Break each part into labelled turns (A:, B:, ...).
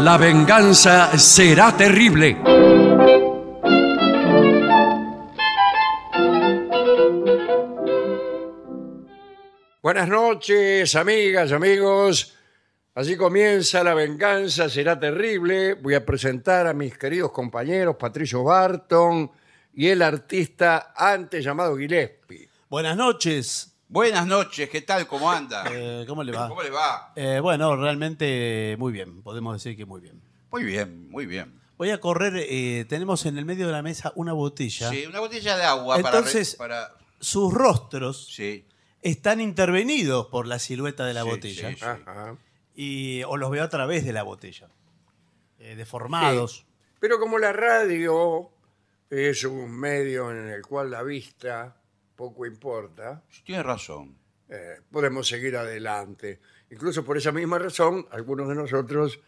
A: La venganza será terrible. Buenas noches, amigas, amigos. Así comienza La venganza será terrible. Voy a presentar a mis queridos compañeros Patricio Barton y el artista antes llamado Gillespie.
B: Buenas noches.
C: Buenas noches, ¿qué tal? ¿Cómo anda?
B: Eh, ¿Cómo le va?
C: ¿Cómo le va?
B: Eh, bueno, realmente muy bien. Podemos decir que muy bien.
C: Muy bien, muy bien.
B: Voy a correr. eh, tenemos en el medio de la mesa una botella.
C: Sí, una botella de agua
B: Entonces,
C: para... re- para-
B: sus rostros
C: Sí,
B: están intervenidos por la silueta de la
C: Sí,
B: botella.
C: sí, sí.
A: Ajá.
B: Y, o los veo a través de la botella. Eh, deformados.
A: Pero como la radio es un medio en el cual la vista poco importa,
C: tiene razón.
A: eh, podemos seguir adelante. Incluso por esa misma razón, algunos de nosotros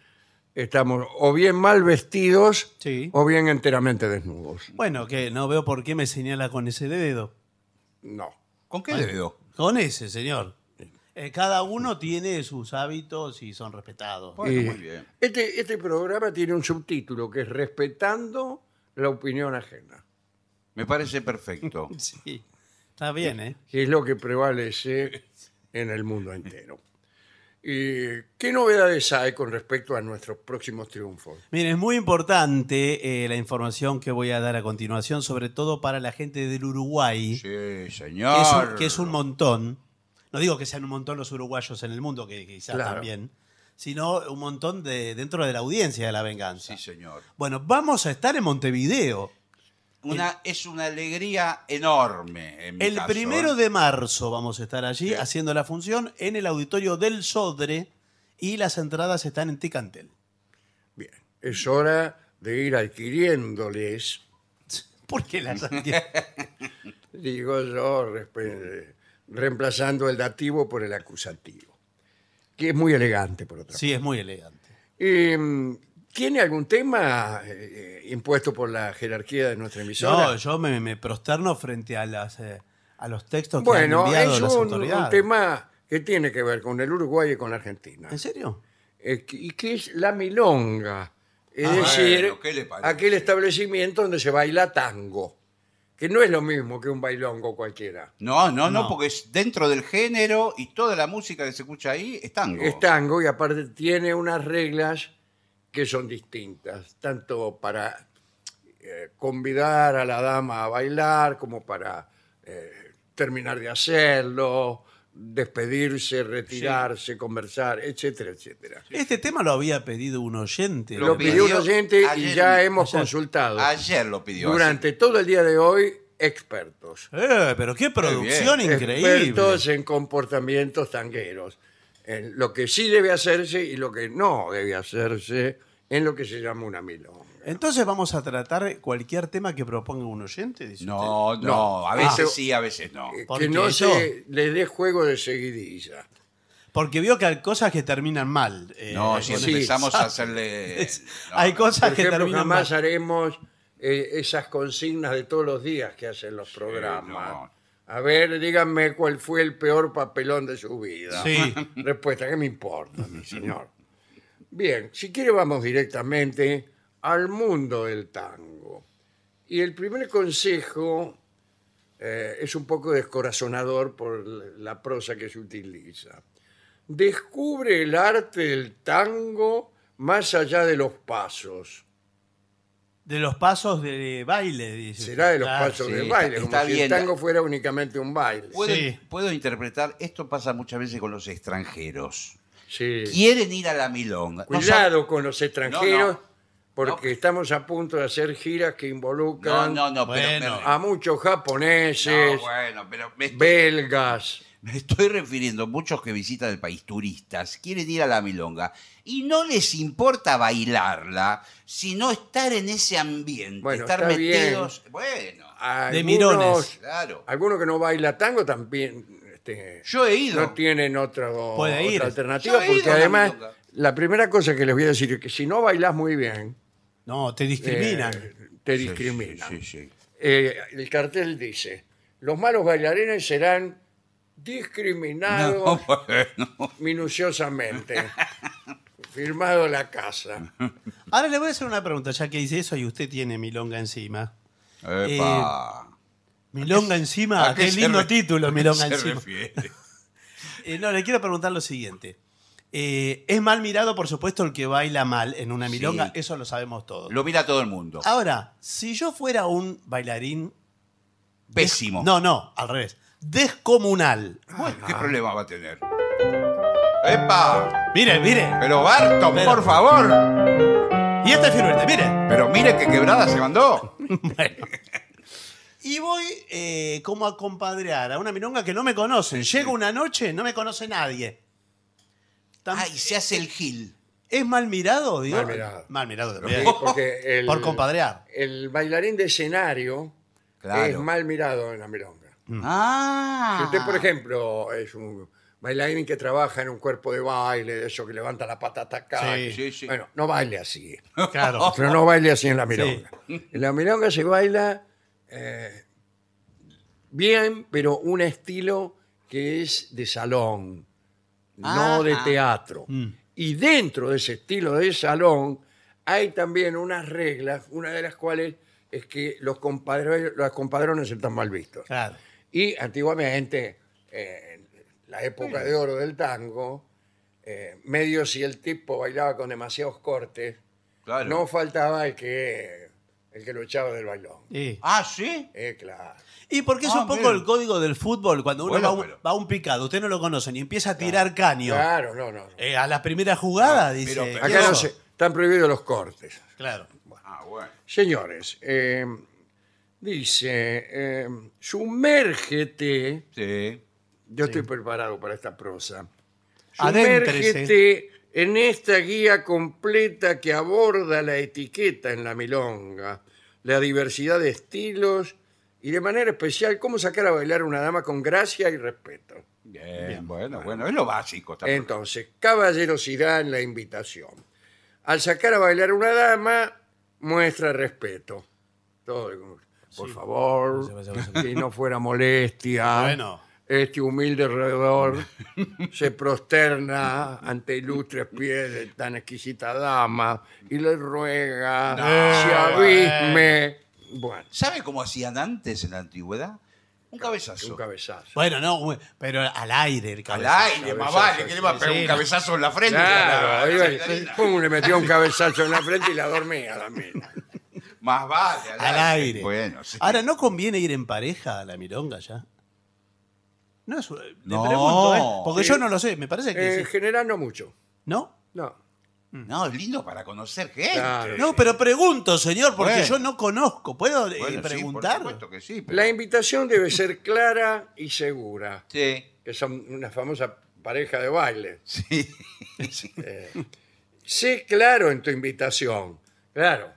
A: estamos o bien mal vestidos
B: Sí.
A: o bien enteramente desnudos.
B: Bueno, que no veo por qué me señala con ese dedo.
A: No.
C: ¿Con qué dedo?
B: Con ese, señor. Eh, cada uno tiene sus hábitos y son respetados.
C: Bueno,
A: Y
C: muy bien.
A: Este, este programa tiene un subtítulo que es Respetando la opinión ajena,
C: Me parece perfecto.
B: Sí. Está bien, ¿eh?
A: que es lo que prevalece en el mundo entero. ¿Y qué novedades hay con respecto a nuestros próximos triunfos?
B: Miren, es muy importante eh, la información que voy a dar a continuación, sobre todo para la gente del Uruguay,
C: Sí,
B: que, es
C: señor.
B: un, que es un montón. No digo que sean un montón los uruguayos en el mundo, que quizás
A: Claro.
B: también, sino un montón de, dentro de la audiencia de la venganza.
C: Sí, señor.
B: Bueno, vamos a estar en Montevideo.
C: Una, es una alegría enorme. en mi
B: El
C: caso,
B: primero
C: ¿eh?
B: de marzo vamos a estar allí
C: Bien.
B: haciendo la función en el auditorio del Sodre y las entradas están en Ticantel.
A: Bien, es hora de ir adquiriéndoles,
B: ¿Por qué las Santiago?
A: digo yo, respe- reemplazando el dativo por el acusativo, que es muy elegante, por otra
B: Sí, es muy elegante.
A: parte. Em, ¿Tiene algún tema eh, impuesto por la jerarquía de nuestra emisora?
B: No, yo me, me prosterno frente a las eh, a los textos que han
A: bueno,
B: enviado
A: es
B: las
A: un,
B: autoridades.
A: un tema que tiene que ver con el Uruguay y con la Argentina.
B: ¿En serio?
A: Eh, que- y que es la milonga. Es
B: Ah,
A: decir,
C: bueno, ¿qué le parece?
A: aquel establecimiento donde se baila tango, que no es lo mismo que un bailongo cualquiera.
C: No, no, no,
B: No.
C: porque es dentro del género y toda la música que se escucha ahí es tango.
A: Es tango y aparte tiene unas reglas que son distintas, tanto para eh, convidar a la dama a bailar como para eh, terminar de hacerlo, despedirse, retirarse, conversar, etcétera, etcétera.
B: Este tema lo había pedido un oyente. Eh,
C: Lo
A: Lo pidió un
C: pidió
A: oyente y
C: ayer-
A: ya hemos
B: ayer.
A: consultado.
C: Ayer lo pidió.
A: durante todo el día de hoy expertos.
B: Eh, pero qué producción increíble.
A: Expertos en comportamientos tangueros. En lo que sí debe hacerse y lo que no debe hacerse en lo que se llama una milonga.
B: Entonces vamos a tratar cualquier tema que proponga un oyente. dice
C: así. No, no,
A: No.
C: a veces
A: Ah.
C: sí, a veces no.
A: Eh, Que
B: Porque
A: no
B: eso-
A: se le dé juego de seguidilla.
B: usted. Porque vio que hay cosas que terminan mal. eh,
C: No,
B: con
C: si
B: el-
A: sí. Ah.
C: empezamos a
B: Exacto.
C: hacerle...
B: Es-
C: no,
B: hay
C: no.
A: Por
B: cosas que
A: ejemplo,
B: terminan mal.
A: jamás haremos eh, esas consignas de todos los días que hacen los programas.
C: no.
A: A ver, díganme cuál fue el peor papelón de su vida.
B: Sí.
A: Respuesta, ¿qué me importa, mi señor? Bien, si quiere vamos directamente al mundo del tango. Y el primer consejo eh, es un poco descorazonador por la prosa que se utiliza. Descubre el arte del tango más allá de los pasos.
B: De los pasos de baile, dice. Ah,
A: Será de los
B: Claro,
A: pasos
C: sí,
A: del
C: está-
A: baile, como
C: está
A: si el
C: bien.
A: tango fuera únicamente un baile.
C: Puedo,
B: Sí.
C: puedo interpretar, esto pasa muchas veces con los extranjeros.
A: Sí.
C: Quieren ir a la milonga. No sab-
A: Cuidado con los extranjeros,
C: No, no.
A: porque
C: No.
A: estamos a punto de hacer giras que
C: No,
A: involucran
C: no, no,
B: Bueno.
C: pero,
A: a muchos
C: pero-
A: japoneses,
C: no, bueno, este- pero me, estoy,
A: belgas.
C: me estoy refiriendo, muchos que visitan el país, turistas, quieren ir a la milonga y no les importa bailarla, sino estar en ese ambiente,
A: Bueno,
C: estar
A: está bien.
C: metidos. Bueno, ah,
A: Algunos-
B: mirones.
C: claro.
A: Algunos que no baila tango también este,
C: Yo he ido.
A: no tienen otra, o-
B: Puede
A: otra
B: ir.
A: alternativa,
C: Yo he ido
A: porque
C: a la
A: además
C: milonga.
A: la primera cosa que les voy a decir es que si no bailas muy bien,
B: No, te
A: eh,
B: discriminan.
A: te
C: Sí, sí,
A: discriminan.
C: Sí, sí.
A: Eh, el cartel dice, los malos bailarines serán discriminados
C: No, bueno.
A: minuciosamente. firmado la casa.
B: Ahora le voy a hacer una pregunta, ya que hice eso y usted tiene milonga encima.
A: Eh,
C: Epa.
B: Milonga encima,
C: ¿A
B: Ah, qué
C: se
B: lindo
C: re-
B: título,
C: a qué
B: Milonga
C: se
B: encima.
C: refiere?
B: Eh, no, le quiero preguntar lo siguiente. Eh, es mal mirado, por supuesto, el que baila mal en una milonga,
C: Sí.
B: eso lo sabemos todos.
C: Lo mira todo el mundo.
B: Ahora, si yo fuera un bailarín... des-
C: Pésimo.
B: No, Ah. no, al revés. Descomunal.
C: Bueno, ¿Qué problema va a tener? ¡Epa!
B: Mire, mire.
C: Pero Barton,
B: Pero-
C: por favor.
B: Y este firulete, mire.
C: Pero mire qué quebrada se mandó.
B: Bueno. Y voy eh, como a compadrear a una milonga que no me conocen. Llego una noche, no me conoce nadie. Tam-
C: Ay, se hace el gil.
B: ¿Es mal mirado? Digo?
A: Mal mirado.
B: Mal mirado
A: Sí,
B: también.
A: porque el-
B: Por compadrear.
A: El bailarín de escenario
C: Claro.
A: es mal mirado en la milonga.
C: Ah.
A: Si usted, por ejemplo, es un bailarín que trabaja en un cuerpo de baile, de eso que levanta la pata hasta acá.
B: Sí.
C: Sí, sí.
A: Bueno, no baile así.
B: Claro.
A: Pero no baile así en la milonga. En la milonga se baila eh, bien, pero un estilo que es de salón, no de
C: Ajá.
A: teatro. Y dentro de ese estilo de salón hay también unas reglas, una de las cuales es que los, compadre- los compadrones están mal vistos.
B: Claro.
A: Y antiguamente, eh, en la época de oro del tango, eh, medio si el tipo bailaba con demasiados cortes,
C: Claro.
A: no faltaba el que, el que lo echaba del bailón.
B: Sí.
C: Ah, sí.
A: Eh, claro.
B: Y porque es
C: Ah,
B: un poco
C: bien.
B: el código del fútbol, cuando uno va,
C: Bueno,
B: a un,
C: pero-
B: va a un picado, usted no lo conoce, y empieza a tirar caño.
A: Claro, no, no. no.
B: Eh, a la primera jugada
C: Ah,
B: dice.
C: pero-
B: ¿qué
A: Acá no
B: hago?
A: se- están prohibidos los cortes.
B: Claro.
C: Ah, bueno.
A: Señores, eh, dice, eh, sumérgete,
C: Sí.
A: yo estoy preparado para esta prosa,
B: Adéntrese.
A: sumérgete en esta guía completa que aborda la etiqueta en la milonga, la diversidad de estilos y de manera especial cómo sacar a bailar a una dama con gracia y respeto.
C: Bien, bueno, bueno, es lo básico. está perfecto.
A: Entonces, caballerosidad en la invitación. Al sacar a bailar a una dama, muestra respeto. Todo, como, por favor,
B: Sí, sí, sí,
A: si no fuera molestia,
B: Bueno.
A: este humilde alrededor se prosterna ante ilustres pies de tan exquisita dama y le ruega se abisme. Bueno,
C: ¿Sabe cómo hacían antes en la antigüedad? Un cabezazo.
A: un cabezazo.
B: Bueno, no, pero al aire el
C: Al
B: cabezazo.
C: aire, más vale, que le va a pegar
B: Sí,
C: un
B: no.
C: cabezazo en la frente.
A: Claro,
C: Claro,
A: ahí va,
C: la bailarina.
A: pum, le metió un cabezazo en la frente y la dormía la mina.
C: Más vale,
B: Al aire.
C: Bueno, sí.
B: Ahora, ¿no conviene ir en pareja a la milonga ya? No es. Le
C: No.
B: pregunto, ¿eh? Porque
A: Sí.
B: yo no lo sé, me parece que
A: Eh, En
B: sí.
A: general no mucho.
B: ¿No?
A: No.
C: Mm. No, es lindo para conocer gente.
A: Claro.
B: No, pero pregunto, señor, porque
C: Bueno.
B: yo no conozco. ¿Puedo eh,
C: Bueno, sí,
B: preguntar?
C: por supuesto que sí. pero-
A: La invitación debe ser clara y segura,
C: Sí,
A: que son una famosa pareja de baile. Eh,
C: sí. sí.
A: Sé claro en tu invitación. Claro.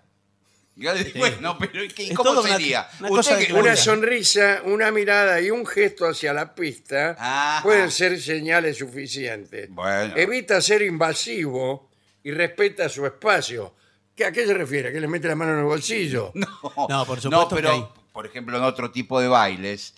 C: Ya le- Bueno, pero ¿y qué-
B: Es
C: ¿cómo
B: todo una-
C: sería?
B: una cosa de
A: Una
B: Claro.
A: sonrisa, una mirada y un gesto hacia la pista
C: Ajá.
A: pueden ser señales suficientes.
C: Bueno.
A: Evita ser invasivo y respeta su espacio. ¿Qué- ¿A qué se refiere? ¿Que le mete la mano en el bolsillo?
B: No, por supuesto que
C: pero,
B: hay.
C: por ejemplo, en otro tipo de bailes,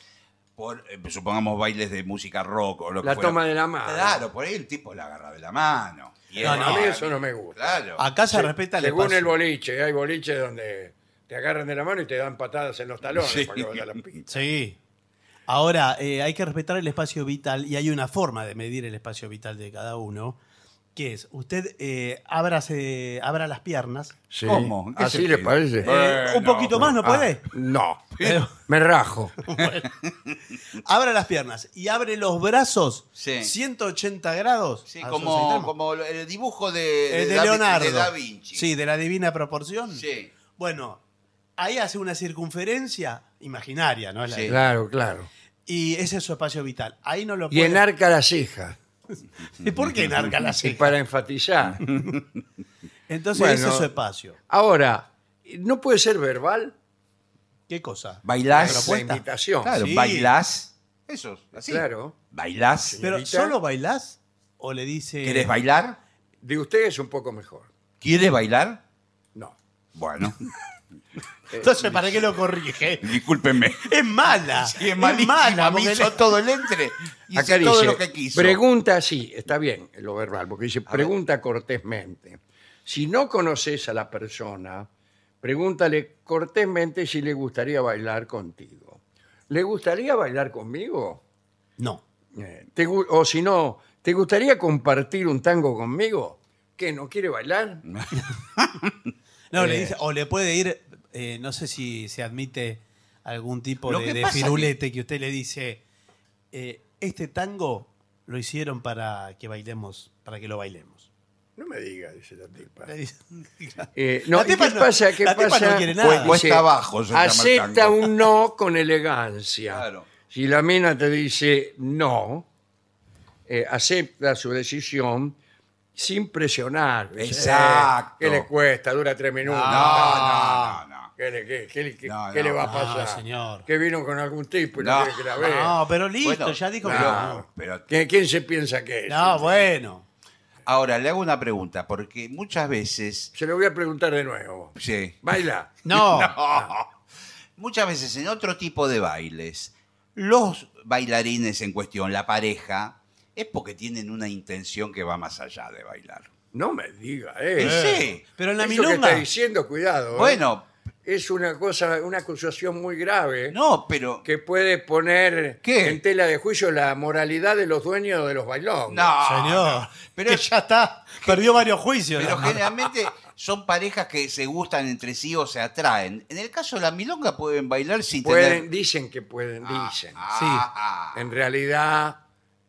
C: por, eh, supongamos bailes de música rock o lo que
A: La
C: fuera.
A: toma de la mano.
C: Claro, por ahí el tipo la agarra de la mano. Y
B: No, Ah,
C: él-
B: no, a
A: mí eso no me gusta.
C: Claro.
B: Acá se respeta el
A: Según
B: espacio.
A: el boliche, hay boliches donde te agarran de la mano y te dan patadas en los talones
C: Sí.
A: para que vayas a la pista.
B: Sí. Ahora, eh, hay que respetar el espacio vital y hay una forma de medir el espacio vital de cada uno, que es, usted eh, ábrase- abra las piernas.
C: ¿Cómo? ¿En qué
A: ¿Así
C: sentido?
A: les parece?
C: Bueno,
B: Eh, un poquito más, ¿no
A: Ah,
B: puede?
A: no.
B: Pero-
A: Me rajo.
B: Abra las piernas y abre los brazos
C: Sí.
B: 180 grados.
C: Sí,
B: a sus
C: como,
B: extremos.
C: como el dibujo de,
B: Eh, de
C: Da Vin-
B: Leonardo.
C: de Da Vinci.
B: Sí, de la divina proporción.
C: Sí.
B: Bueno, ahí hace una circunferencia imaginaria, ¿no? Es la-
C: Sí.
A: Claro, claro.
B: Y ese es su espacio vital. Ahí no lo
A: Y
B: puede.
A: enarca las cejas.
B: ¿Y por qué enarca la
A: Y
B: ceja?
A: para enfatizar.
B: Entonces
A: Bueno.
B: ese es su espacio.
A: Ahora, ¿no puede ser verbal?
B: Ah, ¿Qué cosa?
C: ¿Bailás?
A: La invitación.
C: Claro,
B: Sí.
C: ¿bailás? Eso, así.
A: Claro.
C: ¿Bailás?
B: ¿Pero
A: Señorita.
B: solo bailás? ¿O le dice.?
C: ¿Quieres bailar?
A: De ustedes un poco mejor.
C: ¿Quieres bailar?
A: No.
C: Bueno.
B: Entonces, ¿para qué lo corrige?
C: Discúlpenme.
B: Es mala.
C: Sí, es
B: es
C: malísima,
B: mala.
C: me
B: porque
C: hizo
B: le-
C: todo el entre. Hizo
A: Acá dice,
C: todo lo que quiso.
A: pregunta, sí, está bien lo verbal, porque dice, pregunta cortésmente. Si no conoces a la persona, pregúntale cortésmente si le gustaría bailar contigo. ¿Le gustaría bailar conmigo?
B: No.
A: Eh, ¿te gu- o si no, ¿te gustaría compartir un tango conmigo? ¿Que no quiere bailar?
B: No, le
A: Eh.
B: dice, o le puede ir, eh, no sé si se admite algún tipo
C: Lo
B: de,
C: que
B: de
C: pasa que-
B: firulete que... usted le dice, eh, este tango lo hicieron para que bailemos, para que lo bailemos.
A: No me diga, dice la tipa.
B: Le dice-
A: Eh, no,
B: La
A: ¿y
B: tipa
A: ¿Qué
B: no-
A: pasa? ¿Qué
B: la tipa
A: pasa? Pues,
B: no quiere nada.
C: Cuesta abajo se llama el
A: acepta
C: tango.
A: un no con elegancia.
C: Claro.
A: Si la mina te dice no, eh, acepta su decisión sin presionar. "Eh,
C: Exacto.
A: ¿Qué le cuesta? Dura tres minutos.
C: No, no, no, no.
A: ¿Qué le, qué- qué- qué-
C: No,
A: qué le
C: no.
A: va a
B: No,
A: pasar?
B: señor.
A: Que vino con algún tipo y
C: No.
A: no, quiere que la vea.
B: No, pero listo,
C: Bueno,
B: ya dijo que
C: pero-
B: no.
C: pero-
A: ¿Qué- ¿Quién se piensa que es?
B: No, bueno.
C: ahora le hago una pregunta, porque muchas veces.
A: Se lo voy a preguntar de nuevo.
C: Sí.
A: Baila.
B: No.
C: Muchas veces en otro tipo de bailes, los bailarines en cuestión, la pareja, es porque tienen una intención que va más allá de bailar.
A: No me diga,
C: Y
A: eh.
C: sí,
B: Pero en la
A: Eso que
B: milonga...
A: está diciendo, cuidado. ¿eh?
C: bueno,
A: Es una cosa, una acusación muy grave
C: no, pero.
A: que puede poner
C: ¿Qué?
A: en tela de juicio la moralidad de los dueños de los bailongas.
C: No,
B: Señor,
C: no, pero,
B: que ya está, perdió varios juicios.
C: pero
B: la madre.
C: generalmente son parejas que se gustan entre sí o se atraen. En el caso de la milonga pueden bailar sin
A: Pueden,
C: tener...
A: dicen que pueden,
B: Ah,
A: dicen.
C: Ah, ah.
A: En realidad,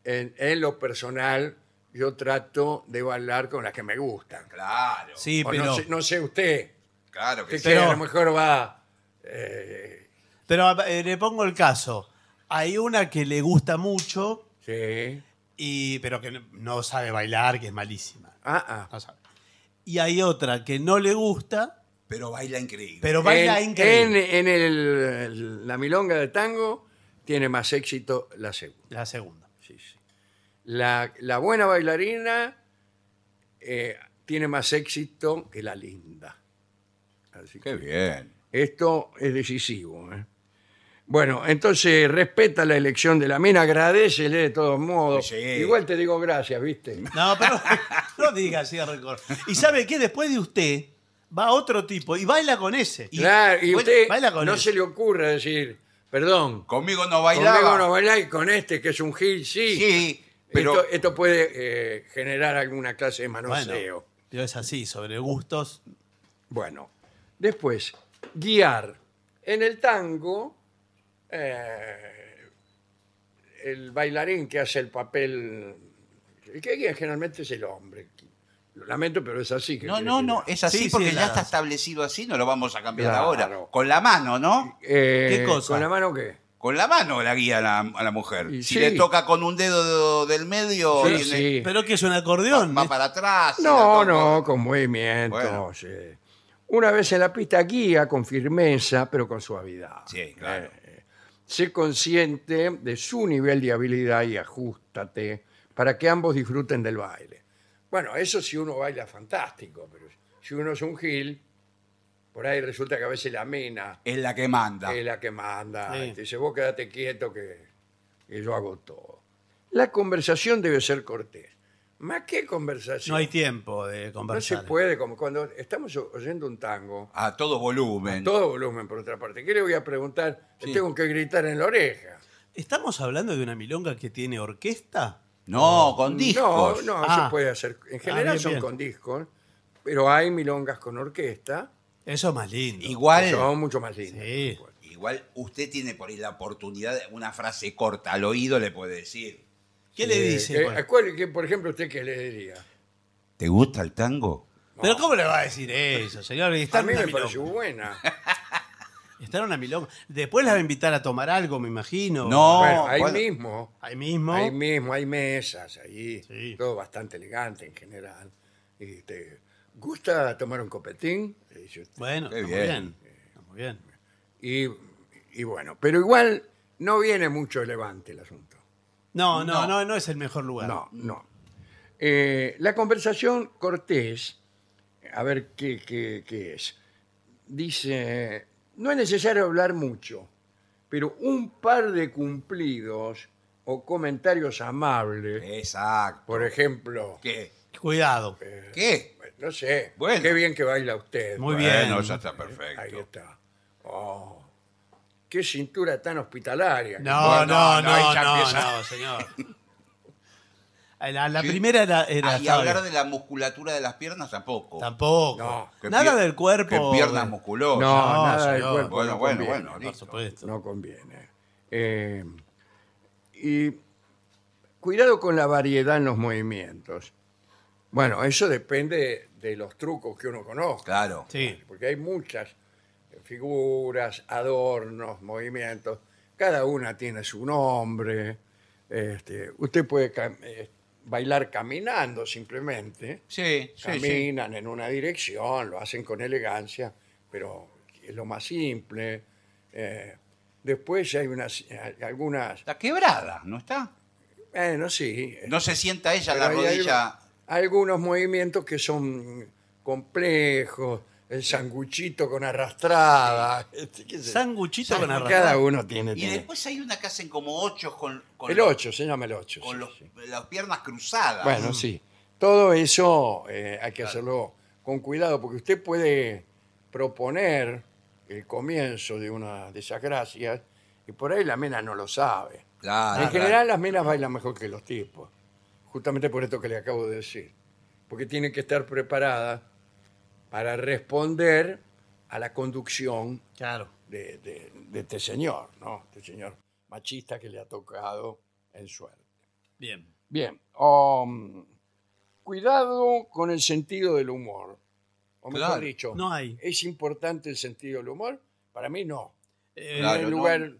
A: en, en lo personal, yo trato de bailar con las que me gustan.
C: Claro,
B: Sí,
A: O
B: pero,
A: no, sé, no sé usted,
C: claro
A: que
C: que sí.
B: Pero-
A: a lo mejor va... eh,
B: pero eh, le pongo el caso. Hay una que le gusta mucho,
A: sí.
B: y, pero que no- no sabe bailar, que es malísima.
A: Ah, ah.
B: No sabe. Y hay otra que no le gusta,
C: Pero baila increíble.
B: pero baila
A: en,
B: increíble.
A: en- en el- la milonga de tango tiene más éxito la segunda.
B: La segunda.
A: Sí, sí. La, la buena bailarina eh, tiene más éxito que la linda. Así que
C: Qué bien.
A: esto es decisivo. ¿eh? Bueno, entonces respeta la elección de la mina, agradecele de todos modos.
C: Sí.
A: Igual te digo gracias, ¿viste?
B: No, pero no diga así de récord. Y sabe que después de usted va otro tipo y baila con ese. Y,
A: Claro, y
B: bueno,
A: usted
B: baila con
A: no
B: él.
A: se le ocurra decir, perdón,
C: Conmigo
A: conmigo
C: no bailaba.
A: no bailáis con este que es un gil, sí.
C: Sí, pero
A: esto, esto puede eh, generar alguna clase de manoseo.
B: bueno, pero es así, sobre gustos.
A: Bueno, después, guiar. En el tango, eh, el bailarín que hace el papel, el que guía generalmente es el hombre. Lo lamento, pero es así. que
C: no,
A: quiere
C: no,
A: que
C: no,
A: diga.
C: es así
B: Sí, sí,
C: porque ya
B: la-
C: está establecido así, no lo vamos a cambiar
A: Claro.
C: ahora. Con la mano, ¿no?
A: Eh,
B: ¿Qué cosa?
A: ¿Con la mano qué?
C: Con la mano la guía a la, a la mujer.
A: Y
C: si
A: sí.
C: le toca con un dedo del medio,
A: Sí,
C: tiene-
A: sí.
B: Pero que es un
C: va,
B: acordeón.
C: va para atrás. si la
A: No,
C: toca-
A: no, con movimientos.
C: Bueno.
A: sí. Una vez en la pista guía con firmeza, pero con suavidad.
C: Sí, claro.
A: Eh, sé consciente de su nivel de habilidad y ajustate para que ambos disfruten del baile. Bueno, eso si uno baila fantástico, pero si uno es un gil, por ahí resulta que a veces la mina
C: Es la que manda.
A: es la que manda.
B: Sí.
A: y te dice, vos quédate quieto que, que yo hago todo. La conversación debe ser cortés. ¿Más qué conversación?
B: No hay tiempo de
A: No se
B: conversar.
A: puede, como cuando estamos o- oyendo un tango,
C: A todo volumen.
A: todo volumen por otra parte. ¿Qué le voy a preguntar? Le tengo que gritar en la oreja.
B: ¿Estamos hablando de una milonga que tiene orquesta?
C: No, con discos.
A: No, no,
B: Ah.
A: se puede hacer. En general
B: Ah, bien,
A: son
B: bien.
A: con discos, pero hay milongas con orquesta,
B: Eso es más lindo.
A: que
C: Igual,
A: son mucho más lindas.
B: Sí.
A: por supuesto.
C: igual usted tiene por ahí la oportunidad de una frase corta al oído le puede decir.
B: ¿Qué le
A: Eh,
B: dice?
A: eh,
B: pues?
A: ¿a cuál- qué, por ejemplo, usted qué le diría?
C: ¿Te gusta el tango?
B: ¿Pero cómo le va a decir eso, señor? Está
A: A
B: en
A: mí
B: una
A: me
B: milonga.
A: pareció buena.
B: Está en una milonga. Después la va a invitar a tomar algo, me imagino.
C: No.
A: bueno, ahí
C: bueno.
A: mismo,
B: Ahí mismo.
A: ahí mismo, hay mesas, ahí,
B: Sí.
A: todo bastante elegante en general. Y te, ¿Gusta tomar un copetín? Le dice usted.
B: Bueno,
C: Qué
B: está muy
C: bien.
B: bien. está muy bien.
A: Y, y bueno, pero igual no viene mucho levante el asunto.
B: No, no,
C: No.
B: no, no, es el mejor lugar.
A: No, no. Eh, la conversación cortés, a ver qué, qué- qué es. Dice, No es necesario hablar mucho, pero un par de cumplidos o comentarios amables,
C: Exacto.
A: por ejemplo,
C: ¿Qué?
B: Cuidado.
A: Eh,
C: ¿Qué?
A: no sé,
C: Bueno.
A: qué bien que baila usted.
B: Muy bien.
C: Bueno, ya está
A: Ahí
C: perfecto.
A: está. Oh, qué cintura tan hospitalaria.
B: No,
C: Bueno,
B: no,
C: no, ahí
B: no,
C: ya
B: no,
C: empieza.
B: no, señor. Eh, La, la
C: Sí.
B: primera era, era
C: Ah, y
B: estaba
C: hablar
B: bien.
C: de la musculatura de las piernas tampoco.
B: tampoco.
A: No.
C: Que
B: Nada
C: pier-
B: del cuerpo. eh.
C: Que piernas musculosas.
A: No,
B: No,
A: nada del
B: señor.
A: cuerpo.
C: Bueno,
A: no
C: bueno,
A: conviene.
C: bueno,
B: Por
C: listo.
B: supuesto.
A: No conviene. Eh, y cuidado con la variedad en los movimientos. Bueno, eso depende de los trucos que uno conozca,
C: Claro.
B: Sí.
A: porque hay muchas figuras, adornos, movimientos. Cada una tiene su nombre. Este, usted puede cam- eh, bailar caminando simplemente.
C: Sí, sí, sí.
A: Caminan en una dirección, lo hacen con elegancia, pero es lo más simple. Eh, después hay unas, hay algunas,
C: Está quebrada, ¿no está?
A: bueno, sí,
C: No se sienta ella
A: Eh, pero
C: la
A: hay algo-
C: rodilla.
A: algunos movimientos que son complejos, el sanguchito con arrastrada, este, qué sé yo.
B: Sanguchito con
A: Cada
B: arrastrada.
A: uno tiene.
C: Y
A: tiene.
C: después hay una que hacen como ocho con, con,
A: el 8, se llama el 8.
C: con los- las piernas cruzadas.
A: Bueno, sí. Mm. Todo eso eh, hay que hacerlo con cuidado, porque usted puede proponer el comienzo de una de esas gracias y por ahí la mena no lo sabe.
C: Claro.
A: en general las menas bailan mejor que los tipos, justamente por esto que le acabo de decir, porque tienen que estar preparadas para responder a la conducción
B: Claro.
A: de, de- de este señor, ¿no? Este señor machista que le ha tocado en suerte.
B: Bien.
A: Bien. um, cuidado con el sentido del humor. O mejor
C: Claro.
A: dicho,
B: No hay.
A: ¿es importante el sentido del humor? Para mí no.
B: Eh,
C: Claro,
A: en
C: no.
A: un lugar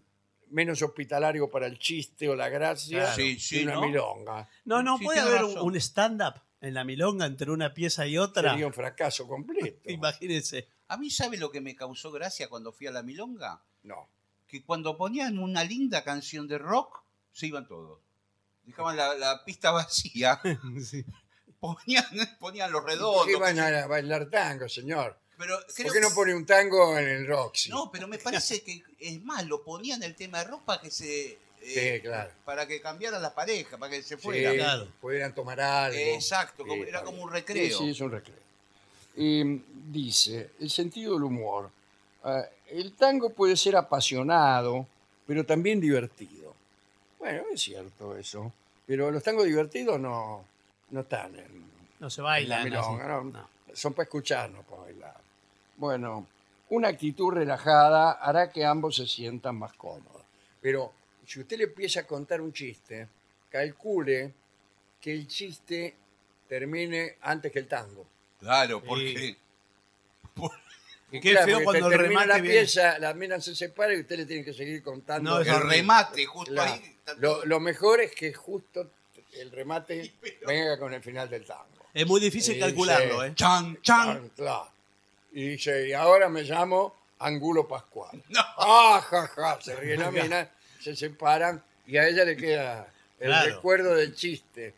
A: menos hospitalario para el chiste o la gracia
B: Claro.
C: Sí,
A: y
C: sí,
A: una
C: ¿no?
A: milonga.
B: No, no,
C: Sí,
B: puede
C: tiene
B: haber un-
C: razón.
B: un stand-up en la milonga entre una pieza y otra.
A: Sería un fracaso completo.
B: Imagínense.
C: A mí, ¿sabe lo que me causó gracia cuando fui a la Milonga?
A: No.
C: Que cuando ponían una linda canción de rock, se iban todos. Dejaban la, la pista vacía,
B: Sí.
C: ponían, ponían los
A: ¿Por qué
C: redondos.
A: van a bailar tango, señor?
C: Pero creo
A: ¿Por qué no
C: que-
A: pone un tango en el Roxy?
C: No, pero me parece que es más, lo ponían el tema de ropa que se. eh,
A: Sí, claro.
C: Para que cambiaran las parejas, para que se
A: Sí,
C: fueran.
B: claro.
A: pudieran tomar algo.
C: Exacto, como-
A: Sí,
C: era
A: está
C: como
A: bien.
C: un recreo.
A: Sí, sí, es un recreo. Eh, dice, el sentido del humor. Ah, el tango puede ser apasionado, pero también divertido. Bueno, es cierto eso. Pero los tangos divertidos no, no están en,
B: No se
A: en la
B: baila.
A: milonga, ¿no?
B: No.
A: Son para escucharnos, para bailar. Bueno, una actitud relajada hará que ambos se sientan más cómodos. Pero si usted le empieza a contar un chiste, calcule que el chiste termine antes que el tango.
C: Claro,
B: Sí.
C: porque. por-
B: Qué
A: Claro,
B: feo
A: porque
B: cuando el
A: termina
B: remate
A: la
B: viene.
A: pieza, la mina se separa y usted le tiene que seguir contando.
B: No, es
C: el
B: horrible.
C: remate, justo
A: Claro.
C: ahí. está todo-
A: Lo, lo mejor es que justo el remate venga con el final del tango.
B: Es muy difícil
A: Sí,
B: calcularlo,
A: sí.
B: ¿eh?
C: Chan, chan.
A: Claro. Y dice, y ahora me llamo Angulo Pascual.
C: No.
A: Ah, ja, ja, se ríe la mina, se separan y a ella le queda el
B: Claro.
A: recuerdo del chiste.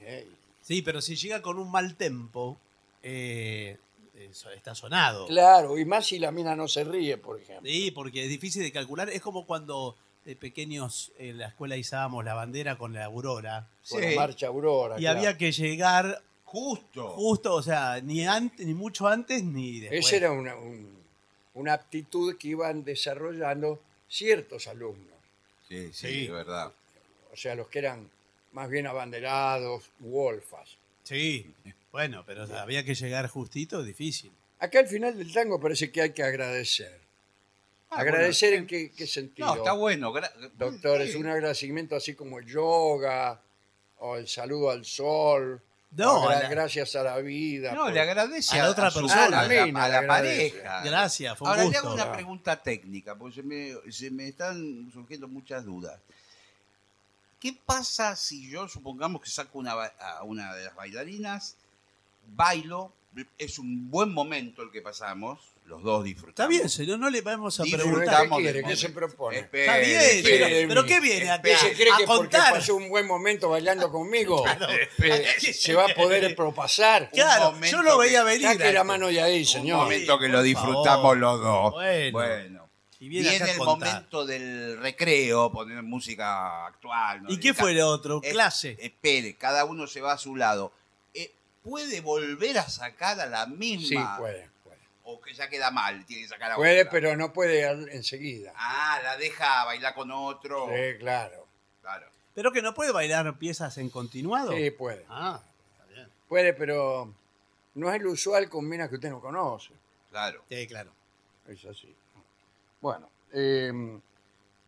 A: Eh,
B: Sí, pero si llega con un mal tempo, eh, eso está sonado.
A: Claro, y más si la mina no se ríe, por ejemplo.
B: Sí, porque es difícil de calcular. Es como cuando de pequeños en la escuela izábamos la bandera con la aurora.
A: Con
C: Sí.
A: la marcha aurora.
B: Y
A: claro.
B: había que llegar
C: Justo.
B: justo, o sea, ni antes, ni mucho antes, ni después.
A: Esa era una, un- una aptitud que iban desarrollando ciertos alumnos,
C: Sí, sí,
B: Sí.
C: de verdad.
A: o sea, los que eran más bien abanderados u olfas.
B: Sí, bueno, pero o sea, había que llegar justito, difícil.
A: Acá al final del tango parece que hay que agradecer.
C: Ah,
A: ¿Agradecer
C: bueno,
A: en qué, qué sentido?
C: No, está bueno. gra-
A: Doctor, es
C: Sí.
A: un agradecimiento así como el yoga o el saludo al sol.
B: No,
A: o gra-
B: la-
A: gracias a la vida.
C: No,
A: por-
C: le agradece
B: a
C: a,
B: la otra
C: a su-
B: persona.
C: a la,
A: A la
C: a la
A: mina le agradece.
C: pareja.
B: Gracias, fue un
C: Ahora le
B: gusto.
C: hago una
A: Ah.
C: pregunta técnica, porque se me, se me están surgiendo muchas dudas. ¿Qué pasa si yo, supongamos que saco una, ba- a una de las bailarinas bailo, es un buen momento el que pasamos, los dos disfrutamos.
B: Está bien, señor, no le vamos a
C: Disfrutamos
B: preguntar.
A: ¿Qué quiere?
C: del
A: ¿Qué
C: momento.
A: se propone?
C: Espere,
B: Está bien,
C: espere.
B: señor, pero ¿qué viene acá?
A: ¿Usted se cree que porque
B: A contar.
A: pasó un buen momento bailando conmigo
C: Espere.
A: eh, se va a poder propasar?
C: Ya,
B: Claro,
C: momento
B: yo lo
C: que-
B: veía venir.
A: Saque la
B: antes.
A: mano de ahí,
C: Un
A: señor.
C: momento que lo
B: por
C: disfrutamos
B: favor.
C: los dos.
B: Bueno. Y
C: Y
B: viene
C: en
B: acá a
C: el
B: contar.
C: momento del recreo, poner música actual. ¿no?
B: ¿Y qué fue lo otro?
C: Es-
B: Clase.
C: Eh, Espere, cada uno se va a su lado. Eh, ¿Puede volver a sacar a la
A: Sí,
C: misma?
A: puede. Puede,
C: O que ya queda mal, tiene que sacar a
A: Puede,
C: otra.
A: pero no puede al- enseguida.
C: Ah, la deja bailar con otro.
A: Sí, claro.
C: Claro.
B: Pero que no puede bailar piezas en continuado.
A: Sí, puede.
B: Ah,
A: Puede, pero no es lo usual con minas que usted no conoce.
C: Claro.
B: sí, claro.
A: Es así. Bueno, eh,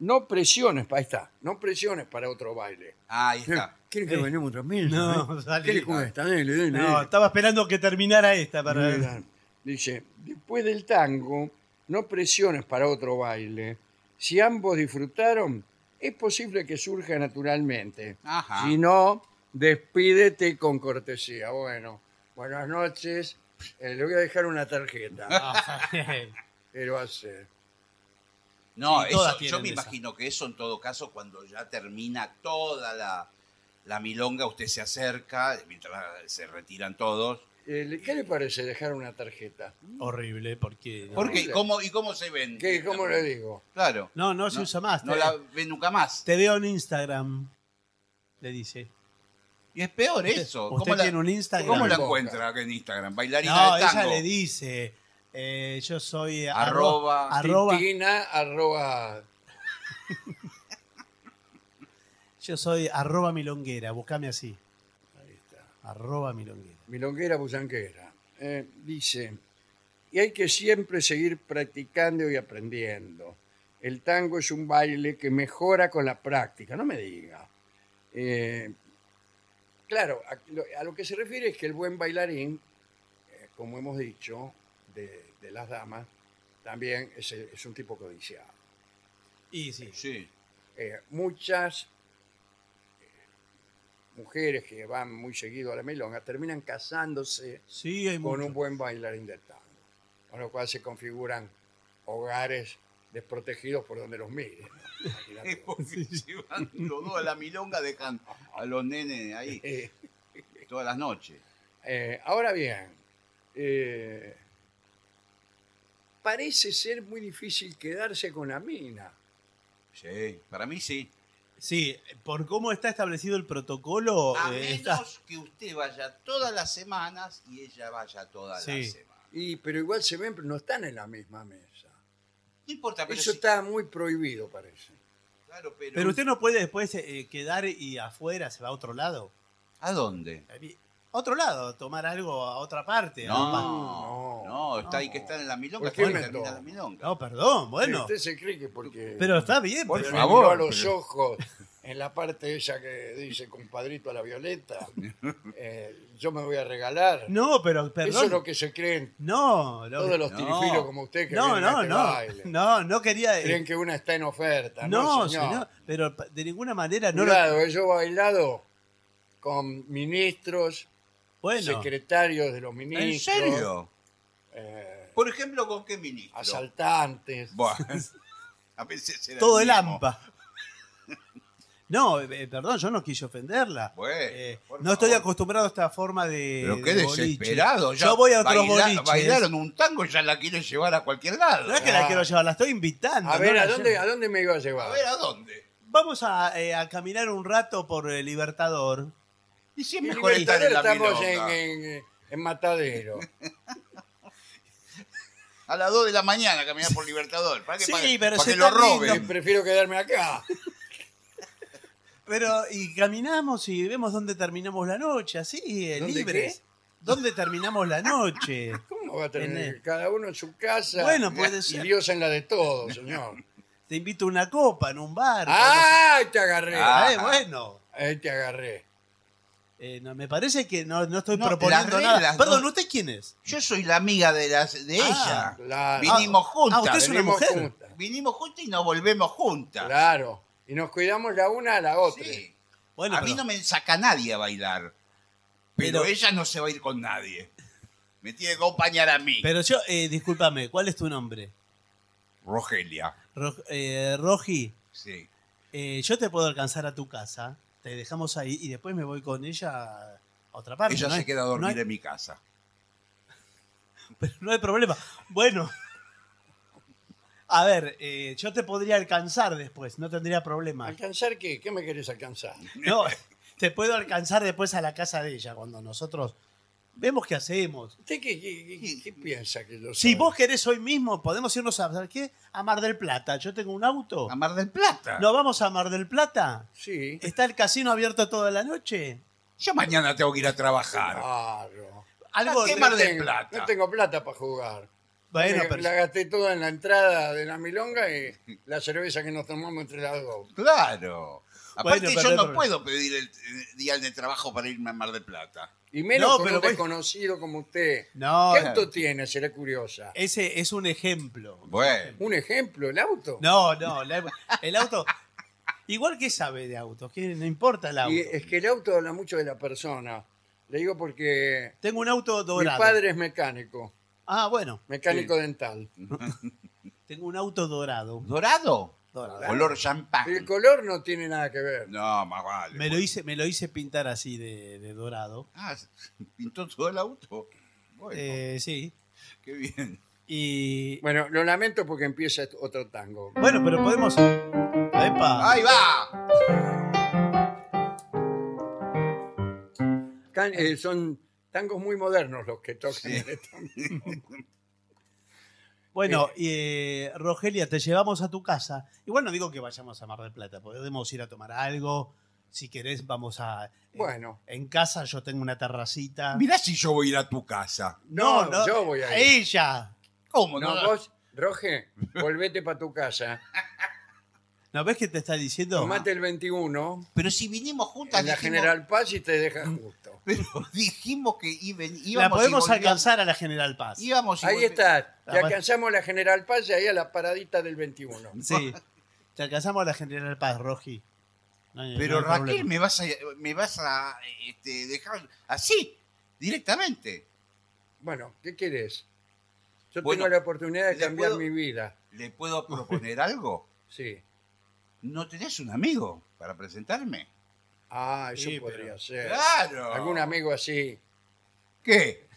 A: no presiones, ahí está, no presiones para otro baile.
C: Ahí está.
A: ¿Quiere que
B: Eh,
A: bailemos también?
B: no,
A: ¿eh?
B: salí.
A: ¿Quiere comer? Está bien, le doy, le
B: No,
A: doy.
B: estaba esperando que terminara esta para
A: Mira, Dice, después del tango, no presiones para otro baile. Si ambos disfrutaron, es posible que surja naturalmente.
C: Ajá.
A: Si no, despídete con cortesía. Bueno, buenas noches. Eh, le voy a dejar una tarjeta.
B: Ah, bien.
A: ¿Qué lo hace?
C: No,
B: Sí,
C: eso-
B: todas
C: yo
B: tienen
C: me
B: esa.
C: imagino que eso en todo caso, cuando ya termina toda la, la milonga, usted se acerca, mientras se retiran todos.
A: Eh, ¿Qué le parece dejar una tarjeta?
B: Horrible, porque. no.
C: Porque, ¿cómo, ¿Y cómo se ven?
A: ¿Qué, ¿Cómo le digo?
C: Claro.
B: No, no se usa más.
C: No
B: te,
C: la ven nunca más.
B: te veo en Instagram. Le dice.
C: Y es peor eso.
B: Usted
C: ¿Cómo la-
B: tiene un Instagram.
C: ¿Cómo la
A: Boca.
C: encuentra en Instagram? Bailarina
B: No,
C: de
B: ella
C: tango.
B: le dice. eh, yo soy.
C: Arroba.
B: arro- arroba-
A: Titina, arroba.
B: yo soy arroba milonguera. Buscame así.
A: Ahí está.
B: Arroba milonguera.
A: Milonguera Busanquera. Eh, dice, y hay que siempre seguir practicando y aprendiendo. El tango es un baile que mejora con la práctica, no me diga. Eh, claro, a lo, a lo que se refiere es que el buen bailarín, eh, como hemos dicho, de, de las damas, también es, es un tipo codiciado.
B: Y sí.
C: Sí.
A: Eh, muchas eh, mujeres que van muy seguido a la milonga terminan casándose
B: Sí, hay
A: con
B: mucho.
A: un buen bailarín de tango. Con lo cual se configuran hogares desprotegidos por donde los miren. ¿no?
C: Es
A: Imagínate.
C: porque se van los dos a la milonga, dejan a los nenes ahí
A: Eh,
C: todas las noches.
A: eh, ahora bien, eh, parece ser muy difícil quedarse con la mina.
C: Sí, para mí sí.
B: Sí, por cómo está establecido el protocolo.
C: A
B: eh, está-
C: Ah, menos que usted vaya todas las semanas y ella vaya todas
B: Sí.
C: las semanas.
A: Y, pero igual se ven, pero no están en la misma mesa.
C: No importa, Ah, pero,
A: Eso
C: sí,
A: está muy prohibido, parece.
C: claro, pero,
B: Pero usted no puede después eh, quedar y afuera se va a otro lado.
C: ¿A dónde?
B: A otro lado, a tomar algo a otra parte. a un ba-
C: No, no,
A: no,
C: está ahí que estar en la milonga,
A: ¿Por qué
C: después
A: me
C: termina
A: no?
C: la milonga.
B: No, perdón, bueno.
A: Usted se cree que porque...
B: Pero está bien,
C: Por
A: me
B: pero-
A: miró
C: favor,
A: a los
C: pero-
A: ojos en la parte esa que dice compadrito a la violeta. eh, yo me voy a regalar.
B: No, pero perdón.
A: Eso es lo que se creen
B: No, no.
A: todos los
C: No.
A: tirifilos como usted que
B: no,
A: vienen a
B: no,
A: este baile.
B: no, no, no quería. eh,
A: Creen que una está en oferta. No,
B: no, señor. pero pa- de ninguna manera no. lo-
A: Cuidado, eh, yo he bailado con ministros,
B: bueno,
A: secretarios de los
C: ¿En
A: ministros,
C: serio?
A: eh,
C: Por ejemplo, ¿con qué ministro?
A: asaltantes.
C: Buah, a veces era
B: todo el
C: mismo.
B: AMPA. No, eh, perdón, yo no quise ofenderla.
C: Bueno,
B: Eh,
C: por
B: no estoy
C: favor.
B: acostumbrado a esta forma de.
C: Pero qué
B: de boliche.
C: desesperado. ya
B: Eh, Yo voy a otros
C: baila-
B: boliches.
C: Bailaron un tango y ya la quieren llevar a cualquier lado.
B: No es que la quiero llevar, la estoy invitando.
A: A
B: no
A: ver,
B: la
A: ¿a dónde,
B: llevo.
A: ¿a dónde me iba a
C: A
A: llevar?
C: ver, ¿a dónde?
B: Vamos a, eh, a caminar un rato por el Libertador.
C: Y si es
A: En
C: mejor estar
A: Libertador
C: en la
A: estamos
C: milonga.
A: en- en- en Matadero.
C: A las 2 de la mañana caminar por Libertador. ¿Para que,
B: Sí,
C: para,
B: pero
C: para
B: si
C: que lo
B: está lindo.
A: Eh,
C: roben.
A: prefiero quedarme acá.
B: Pero, y caminamos y vemos dónde terminamos la noche, así, eh,
A: ¿Dónde
B: libres. ¿Dónde terminamos la noche?
A: ¿Cómo va a
B: En
A: tener
B: el-
A: cada uno en su casa?
B: Bueno, puede
A: y
B: ser.
A: Dios en la de todos, señor.
B: Te invito a una copa en un bar.
A: ¡Ah! Te agarré.
C: Ah.
B: Eh, bueno.
A: Ahí te agarré.
B: Eh, no, me parece que no, no estoy
C: No,
B: proponiendo
C: las reglas
B: nada. Perdón,
C: no-
B: ¿usted quién es?
C: Yo soy la amiga de, las, de
B: Ah,
C: ella.
A: claro.
C: Vinimos juntas.
B: Ah, usted es una
A: Venimos
B: mujer.
A: juntas.
C: Vinimos juntas y nos volvemos juntas.
A: Claro. Y nos cuidamos la una a la otra.
C: Sí.
B: Bueno,
C: a mí
B: pero-
C: no me saca nadie a bailar. pero,
B: Pero-
C: ella no se va a ir con nadie. Me tiene que acompañar a mí.
B: Pero yo, eh, discúlpame, ¿cuál es tu nombre?
C: Rogelia,
B: Ro- eh, Rogi,
C: sí.
B: eh, yo te puedo alcanzar a tu casa, te dejamos ahí y después me voy con ella a otra parte.
C: Ella
B: no
C: se
B: hay-
C: queda a
B: no
C: dormir
B: hay-
C: en mi casa.
B: Pero no hay problema. Bueno. A ver, eh, yo te podría alcanzar después, no tendría problema.
A: ¿Alcanzar qué? ¿Qué me querés alcanzar?
B: No, te puedo alcanzar después a la casa de ella, cuando nosotros vemos qué hacemos.
A: ¿Usted qué, qué- qué- qué piensa que yo
B: Si
A: soy?
B: vos querés hoy mismo, podemos irnos a, ¿sabes qué? a Mar del Plata. Yo tengo un auto.
C: A Mar del Plata.
B: ¿No vamos a Mar del Plata?
A: Sí,
B: ¿Está el casino abierto toda la noche?
C: Yo mañana tengo que ir a trabajar.
A: claro.
B: Algo
C: ¿Qué
B: de-
C: Mar
A: Ah, No
C: del
A: tengo-
C: Plata?
A: No tengo plata para jugar.
B: Bueno,
A: Me-
B: pero-
A: La gasté toda en la entrada de la milonga y la cerveza que nos tomamos entre las dos.
C: Claro. Aparte,
B: Bueno,
C: yo
B: pero-
C: no puedo pedir el eh, día de trabajo para irme a Mar del Plata.
A: Y menos
B: No,
A: con
B: pero
A: un
B: voy-
A: desconocido como usted.
B: No.
A: ¿Qué auto tiene? Será curiosa.
B: ese es un ejemplo.
C: Bueno.
A: ¿Un ejemplo? ¿El auto?
B: No, no, la- el auto. Igual que sabe de autos, que no importa el auto.
A: Y es que el auto habla mucho de la persona. Le digo porque
B: Tengo un auto
A: mi
B: dorado.
A: padre es mecánico,
B: Ah, bueno,
A: mecánico dental.
B: tengo un auto dorado.
C: ¿Dorado?
B: Dorado.
C: Color champán.
A: El color no tiene nada que ver.
C: Ah. No, más vale.
B: Me lo hice, me lo hice pintar así de, de dorado.
C: Ah, pintó todo el auto. Bueno,
B: Eh, sí.
C: qué bien.
B: Y.
A: Bueno, lo lamento porque empieza otro tango.
B: Bueno, pero podemos.
A: Ah.
B: Epa.
C: ¡Ahí va!
A: Can- eh, son tangos muy modernos los que tocan. en este esta-
B: Bueno, y, eh, Rogelia, te llevamos a tu casa. Igual no digo que vayamos a Mar del Plata, podemos ir a tomar algo. Si querés, vamos a. en-
A: Bueno.
B: En, casa yo tengo una terracita.
C: Mirá si yo voy a ir a tu casa.
A: No, yo voy a ir.
B: Ella.
C: ¿Cómo?
A: No, vos, Roge, volvete para tu casa.
B: ¿No ves que te está diciendo?
A: Tomate el 21
C: Pero si vinimos juntas,
A: en la
C: dijimos-
A: General Paz y te deja justo.
C: pero dijimos que iben-
B: La
C: íbamos
B: podemos
C: y volvíamos-
B: alcanzar a la General Paz.
C: Íbamos y
A: Ahí
C: volvi-
A: está. Te
B: Ah, bueno.
A: alcanzamos la General Paz y ahí a la paradita del 21.
B: Sí. Te alcanzamos a la General Paz, Rogi. No hay-
C: Pero
B: no hay
C: Raquel,
B: problema.
C: me vas a, me vas a este, dejar así, directamente.
A: Bueno, ¿qué querés? Yo
C: Bueno,
A: tengo la oportunidad de
C: ¿le
A: cambiar
C: puedo-
A: mi vida.
C: ¿Le puedo proponer algo?
A: Sí.
C: ¿No tenés un amigo para presentarme?
A: Ah, eso
B: Sí,
A: podría
B: pero-
A: ser.
C: ¡Claro!
A: Algún amigo así.
C: ¿Qué?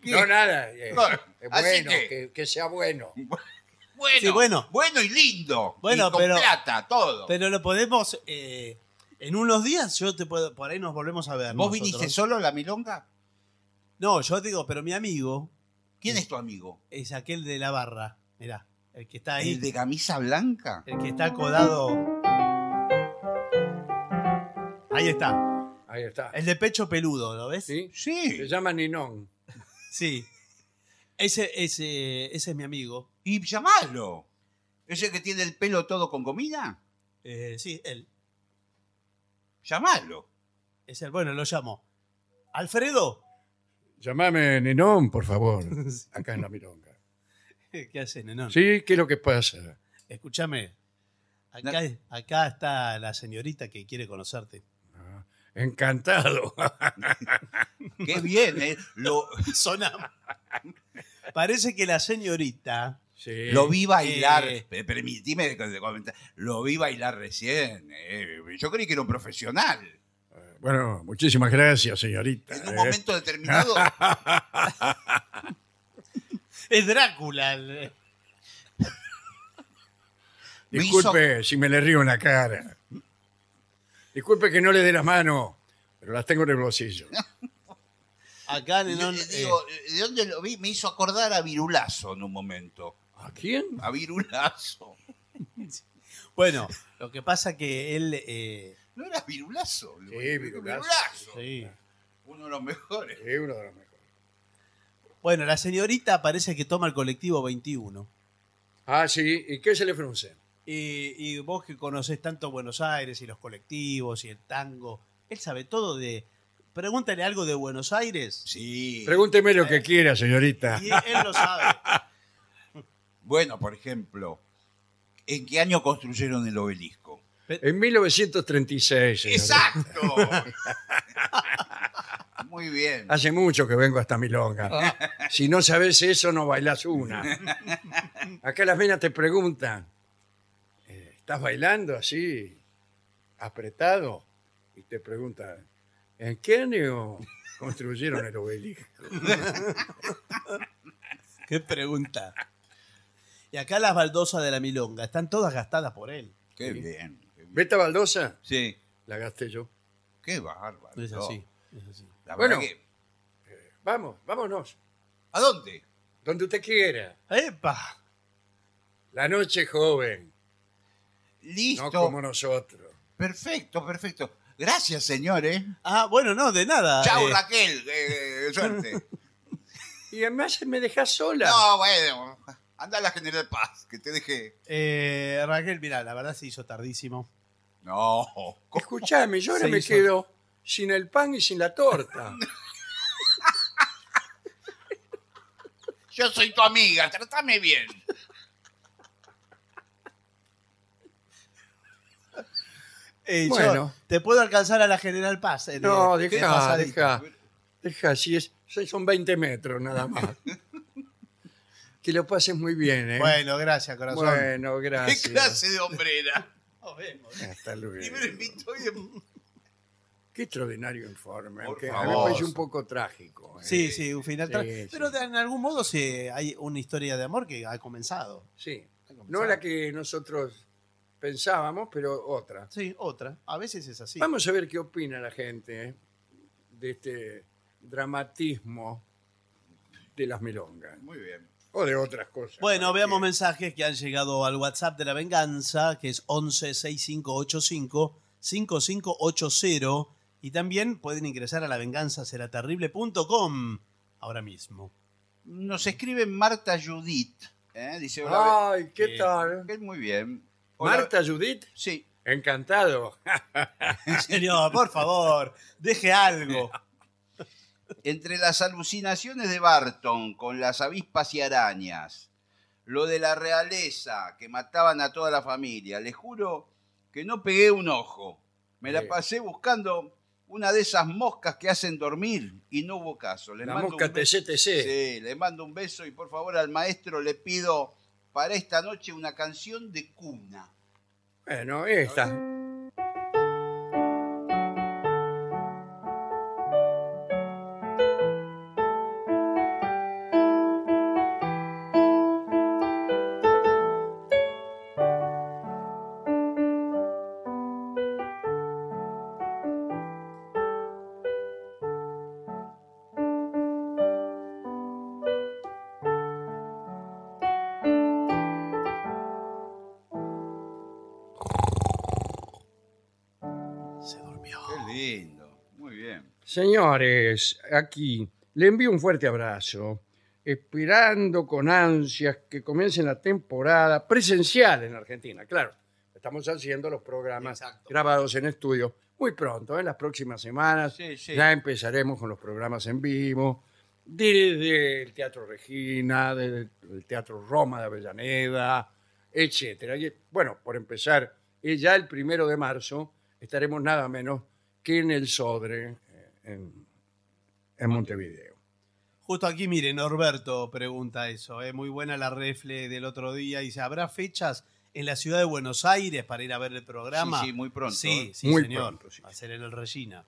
C: ¿Qué?
A: No, nada. eh,
C: No,
A: eh,
C: así
A: bueno,
C: que-
A: que... que sea bueno.
C: Bueno,
B: Sí, bueno.
C: bueno y lindo.
B: Bueno,
C: y con
B: pero-
C: plata, todo.
B: Pero lo podemos. eh, en unos días yo te puedo. Por ahí nos volvemos a ver.
C: ¿Vos
B: nosotros.
C: viniste solo a la milonga?
B: No, yo digo, pero mi amigo
C: ¿Quién es tu amigo?
B: es aquel de la barra. Mirá, el que está ahí.
C: ¿El de camisa blanca?
B: el que está codado. Ahí está.
A: Ahí está.
B: El de pecho peludo, ¿lo ves?
A: ¿Sí? Se
C: Sí.
A: llama Ninón.
B: Sí. Ese, ese, ese es mi amigo.
C: Y llamalo. ¿Ese que tiene el pelo todo con comida?
B: Eh, sí, él.
C: Llamalo.
B: Es el bueno, lo llamo. Alfredo.
A: Llamame Ninón, por favor. Acá en la Milonga.
B: ¿Qué hace, Nenón?
A: Sí, ¿qué es lo que pasa?
B: Escúchame. Acá, acá está la señorita que quiere conocerte.
A: Encantado.
C: Qué bien, ¿eh? Lo,
B: Sonamos. Parece que la señorita.
A: Sí.
C: lo vi bailar.
B: eh.
C: pe- Permitime de- comentar. Lo vi bailar recién. eh. Yo creí que era un profesional.
A: Bueno, muchísimas gracias, señorita.
C: En un
A: eh.
C: momento determinado.
B: Es Drácula. el-
C: me
A: Disculpe si me le río en la cara. Disculpe que no le dé las manos, pero las tengo en el bolsillo.
B: Acá,
C: hizo-
B: Nenón.
C: le
B: eh,
C: digo, ¿De dónde lo vi? Me hizo acordar a Virulazo en un momento.
A: ¿A quién?
C: A Virulazo.
B: bueno, lo que pasa que él. eh,
C: ¿No era Virulazo?
A: Sí, Virulazo.
B: sí.
C: Uno de los mejores.
A: Es uno de los mejores.
B: Bueno, la señorita parece que toma el colectivo 21.
A: Ah, sí. ¿Y qué se le frunce?
B: Y, y vos que conocés tanto Buenos Aires y los colectivos y el tango, él sabe todo de... Pregúntale algo de Buenos Aires
C: Sí.
A: Pregúnteme lo que quiera, señorita.
B: y él lo sabe.
C: Bueno, por ejemplo, ¿en qué año construyeron el obelisco?
A: En 1936, señorita.
C: ¡Exacto! Muy bien.
A: Hace mucho que vengo hasta Milonga.
C: Ah.
A: Si no sabes eso, no bailas una. Acá las minas te preguntan, eh, ¿estás bailando así, apretado? Y te preguntan, ¿en qué año construyeron el obelisco?
B: Qué pregunta. Y acá las baldosas de la milonga están todas gastadas por él.
C: Qué bien. qué bien.
A: ¿Ves esta baldosa?
C: Sí,
A: La gasté yo.
C: qué bárbaro.
B: Es
C: No,
B: así. es así.
C: la
A: Bueno.
C: verdad que-
A: Vamos, vámonos.
C: ¿A dónde?
A: Donde usted quiera.
B: ¡Epa!
A: La noche es joven,
C: Listo.
A: no como nosotros.
C: Perfecto, perfecto. Gracias, señores.
B: Ah, bueno, no, de nada.
C: Chau,
B: Eh,
C: Raquel. eh, suerte.
A: Y además me dejás sola.
C: no, bueno. Anda a la General Paz, que te deje.
B: eh, Raquel, mira, la verdad se hizo tardísimo.
C: No.
A: Escuchame, yo ahora
B: Se
A: me
B: hizo.
A: quedo sin el pan y sin la torta.
C: Yo soy tu amiga, trátame bien.
B: Eh, yo
A: Bueno.
B: te puedo alcanzar a la General Paz. en,
A: No,
B: eh, de
A: deja,
B: pasadita.
A: deja. Deja, si es, son 20 metros nada más. que lo pases muy bien, ¿eh?
B: Bueno, gracias, corazón.
A: Bueno, gracias.
C: ¿Qué clase de hombrera?
B: Nos vemos.
A: Hasta
C: Y
A: luego.
C: me lo invitó y em-
A: Qué extraordinario informe.
C: Por
A: aunque a
C: favor.
A: mí me parece un poco trágico. ¿eh?
B: Sí, sí, un final.
A: Sí,
B: tra-
A: sí.
B: Pero de- en algún modo sí, hay una historia de amor que ha comenzado.
A: Sí. No la que nosotros pensábamos, pero otra.
B: Sí, otra. A veces es así.
A: Vamos a ver qué opina la gente ¿eh? de este dramatismo de las milongas.
C: Muy bien.
A: O de otras cosas.
B: Bueno, veamos
A: Porque-
B: mensajes que han llegado al WhatsApp de la venganza, que es 11 6585 5580. Y también pueden ingresar a lavenganzaseraterrible.com ahora mismo.
C: Nos escribe Marta Judith. ¿eh? Dice, hola.
A: Ay, ¿qué
B: Sí.
A: tal?
C: Raquel, Muy bien.
A: Ah.
C: Hola-
A: Marta Judith,
C: Sí.
A: encantado.
B: Señor, por favor, deje algo.
C: Entre las alucinaciones de Barton con las avispas y arañas, lo de la realeza que mataban a toda la familia, les juro que no pegué un ojo. Me la
A: Bien.
C: pasé buscando una de esas moscas que hacen dormir y no hubo caso. Les
A: La
C: mando
A: mosca
C: un beso.
A: TCTC.
C: Sí, les mando un beso y por favor al maestro le pido para esta noche una canción de cuna.
A: Bueno, esta.
B: Se durmió.
C: Qué lindo. Muy bien.
A: Señores, aquí le envío un fuerte abrazo, esperando con ansias que comience la temporada presencial en Argentina. Claro, estamos haciendo los programas
B: Exacto.
A: grabados en estudio muy pronto, en las próximas semanas.
C: Sí, sí.
A: Ya empezaremos con los programas en vivo, desde el Teatro Regina, desde el Teatro Roma de Avellaneda, etcétera. Y, bueno, por empezar, eh, ya el primero de marzo estaremos nada menos que en el Sodre, eh, en, en Montevideo.
B: Justo aquí, mire, Norberto pregunta eso. Es muy buena la refle del otro día. Dice, ¿habrá fechas en la ciudad de Buenos Aires para ir a ver el programa?
C: Sí, sí, muy pronto,
B: Sí,
C: ¿eh?
B: sí,
A: Muy
B: señor.
A: pronto, sí.
B: Va a ser en el Regina.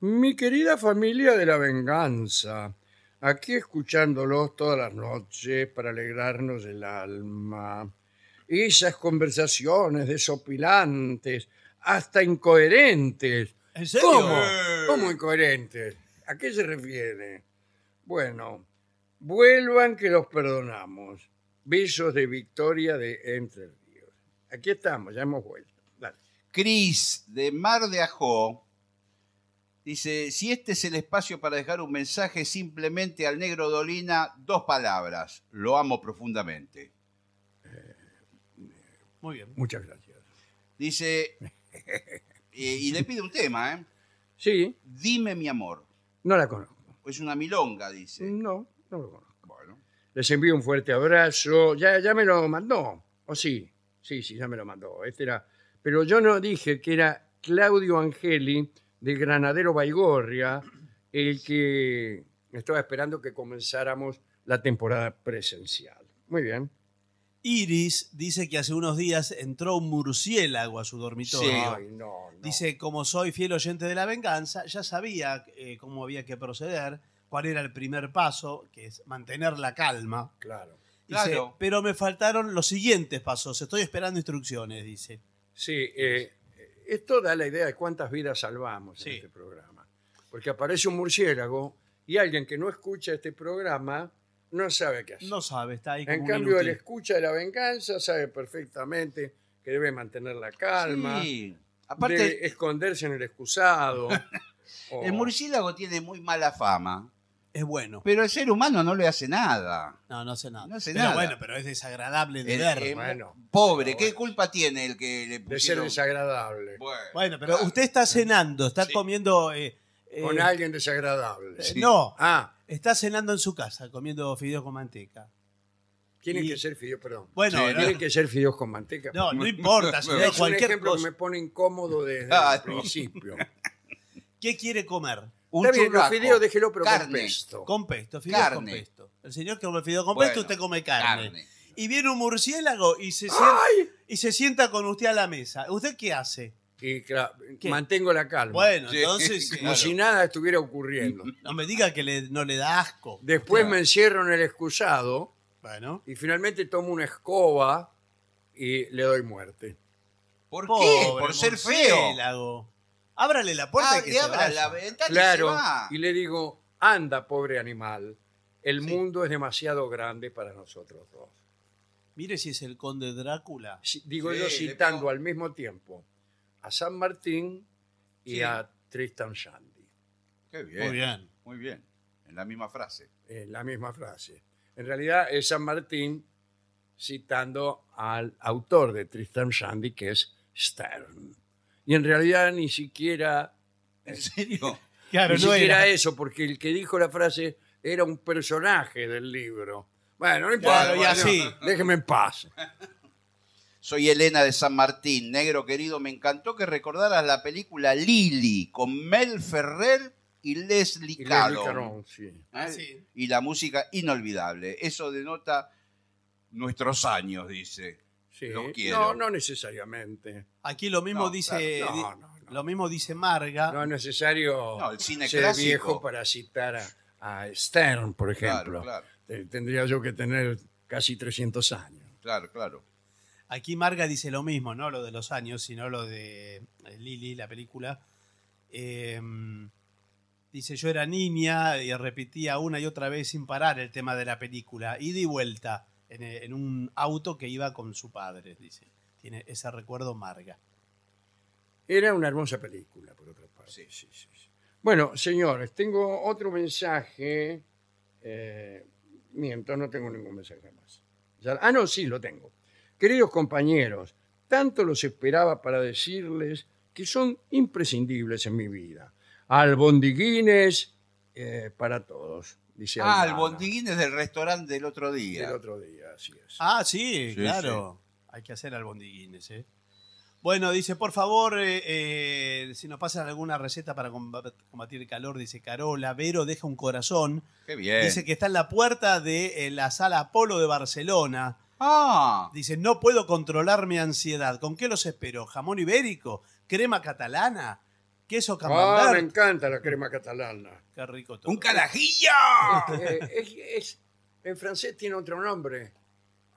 A: Mi querida familia de la venganza, aquí escuchándolos todas las noches para alegrarnos el alma. Esas conversaciones desopilantes, hasta incoherentes.
B: ¿En serio?
A: ¿Cómo? ¿Cómo incoherentes? ¿A qué se refiere? Bueno, vuelvan que los perdonamos. Besos de victoria de Entre Ríos. Aquí estamos, ya hemos vuelto. Dale.
C: Cris de Mar de Ajó dice: Si este es el espacio para dejar un mensaje, simplemente al negro Dolina, dos palabras. Lo amo profundamente.
B: Muy bien.
A: Muchas gracias.
C: Dice, y, y le pide un tema, ¿eh?
A: Sí,
C: Dime mi amor.
A: no la conozco.
C: Es una milonga, dice.
A: No, no lo conozco.
C: Bueno,
A: Les envío un fuerte abrazo. Ya, ya me lo mandó. ¿O sí? Sí, sí, ya me lo mandó. Este era... Pero yo no dije que era Claudio Angeli de Granadero Baigorria, el que estaba esperando que comenzáramos la temporada presencial. Muy bien.
B: Iris dice que hace unos días entró un murciélago a su dormitorio.
C: Sí.
A: Ay, no, no.
B: Dice, como soy fiel oyente de la venganza, ya sabía eh, cómo había que proceder, cuál era el primer paso, que es mantener la calma.
A: Claro.
B: Dice,
C: Claro.
B: pero me faltaron los siguientes pasos, estoy esperando instrucciones, dice.
A: Sí, eh, esto da la idea de cuántas vidas salvamos en
B: Sí.
A: este programa. Porque aparece un murciélago y alguien que no escucha este programa no sabe qué hacer.
B: No sabe, está ahí como
A: en
B: un
A: cambio, el
B: inútil.
A: escucha de la venganza sabe perfectamente que debe mantener la calma,
C: Sí. Aparte,
A: debe esconderse en el excusado. o-
C: el murciélago tiene muy mala fama,
B: Es bueno.
C: pero el ser humano no le hace nada.
B: No, no hace nada.
C: No hace
B: pero
C: nada.
B: bueno, pero es desagradable de
C: El- em-
B: ver.
C: el-
A: bueno.
C: Pobre,
A: Pero
C: ¿qué
A: bueno.
C: culpa tiene el que
A: de
C: le
A: ser
C: pusieron?
A: desagradable.
C: Bueno,
B: bueno, pero
C: claro.
B: usted está cenando, está
C: Sí.
B: comiendo... eh, eh,
A: Con alguien desagradable.
B: eh, No,
A: Ah,
B: está cenando en su casa, comiendo fideos con manteca.
A: tienen
B: Y-
A: que ser fideos, perdón.
B: Bueno,
C: Sí,
B: no,
A: Tienen que ser fideos con manteca.
B: no, no importa,
C: Es
B: señor,
A: es un
B: cualquier
A: ejemplo
B: cosa.
A: que me pone incómodo desde el
C: Claro.
A: principio.
B: ¿Qué quiere comer?
C: Un
A: Está bien, los
C: churrasco,
A: fideos déjelo, pero con
C: carne,
A: pesto.
B: Con pesto, fideos
C: Carne.
B: con pesto. El señor que come fideos con
C: Bueno,
B: pesto, usted come carne.
C: carne.
B: Y viene un murciélago y se, sienta,
A: ¡Ay!
B: y se sienta con usted a la mesa. ¿Usted qué hace?
A: Y claro,
B: ¿Qué?
A: mantengo la calma.
B: Bueno, Mm-hmm.
C: Sí,
B: entonces eh,
A: como si nada estuviera ocurriendo.
B: no me diga que le- no le da asco.
A: Después
C: Claro.
A: me encierro en el excusado
B: Bueno,
A: y finalmente tomo una escoba y le doy muerte.
C: ¿Por qué?
B: pobre
C: Por ser feo.
B: murciélago. Ábrale la puerta
C: Ah,
B: y que
C: le
B: se
C: Ah, abra
B: vaya.
C: la ventana y
A: Claro.
C: se va.
A: Y le digo, anda, pobre animal. El
B: Sí.
A: mundo es demasiado grande para nosotros dos.
B: Mire si es el conde Drácula.
A: Si- Digo
C: Sí,
A: yo
C: le
A: citando
C: pego-
A: al mismo tiempo a San Martín y
C: Sí.
A: a Tristan Shandy.
C: Qué bien.
B: Muy bien.
C: Muy bien. En la misma frase.
A: eh, la misma frase. En realidad es San Martín citando al autor de Tristram Shandy, que es Stern. Y en realidad ni siquiera,
C: ¿En serio?
B: Claro,
A: ni
B: no
A: siquiera
B: era.
A: eso, porque el que dijo la frase era un personaje del libro. Bueno, no importa.
B: Claro, y
A: bueno,
B: así.
A: Déjeme en paz.
C: Soy Elena de San Martín, negro querido. Me encantó que recordaras la película Lili con Mel Ferrer y Leslie
A: Y le
C: Caron.
A: explicaron, sí.
C: ¿eh?
B: Sí.
C: Y la música inolvidable. Eso denota nuestros años, dice.
A: Sí.
C: Los quiero.
A: No, no necesariamente.
B: Aquí lo mismo
C: No,
B: dice.
A: claro, no,
B: di-
A: no, no.
B: Lo mismo dice Marga.
A: No es necesario
C: No, el cine
A: ser
C: clásico.
A: viejo para citar a, a Stern, por ejemplo.
C: Claro, claro,
A: Eh, Tendría yo que tener casi 300 años.
C: claro, claro.
B: Aquí Marga dice lo mismo, no lo de los años, sino lo de eh, Lili, la película. Eh, dice, yo era niña y repetía una y otra vez sin parar el tema de la película, ida y vuelta, en, eh, en un auto que iba con su padre, dice. Tiene ese recuerdo Marga.
A: Era una hermosa película, por otra parte.
C: Sí.
A: Sí, sí, sí. Bueno, señores, tengo otro mensaje. eh, miento, no tengo ningún mensaje más. Ya- ah, no, sí, lo tengo. Queridos compañeros, tanto los esperaba para decirles que son imprescindibles en mi vida. Albondiguines eh, para todos, dice
C: Ah, el
A: Aldana,
C: bondiguín es del restaurante del otro día.
A: del otro día, así es.
B: Ah, sí,
C: Sí,
B: claro. Hay que hacer albondiguines, ¿eh? Bueno, dice, por favor, eh, eh, si nos pasan alguna receta para combat- combatir el calor, dice Carola. Vero deja un corazón.
C: Qué bien.
A: Eh.
B: Dice que está en la puerta de eh, la sala Apolo de Barcelona.
C: Ah,
B: Dice, no puedo controlar mi ansiedad. ¿Con qué los espero? ¿Jamón ibérico? ¿Crema catalana? ¿Queso
A: Ah, me
B: camembert?
A: encanta la crema catalana.
B: qué rico todo.
C: un carajillo.
A: Eh, es- es- en francés tiene otro nombre.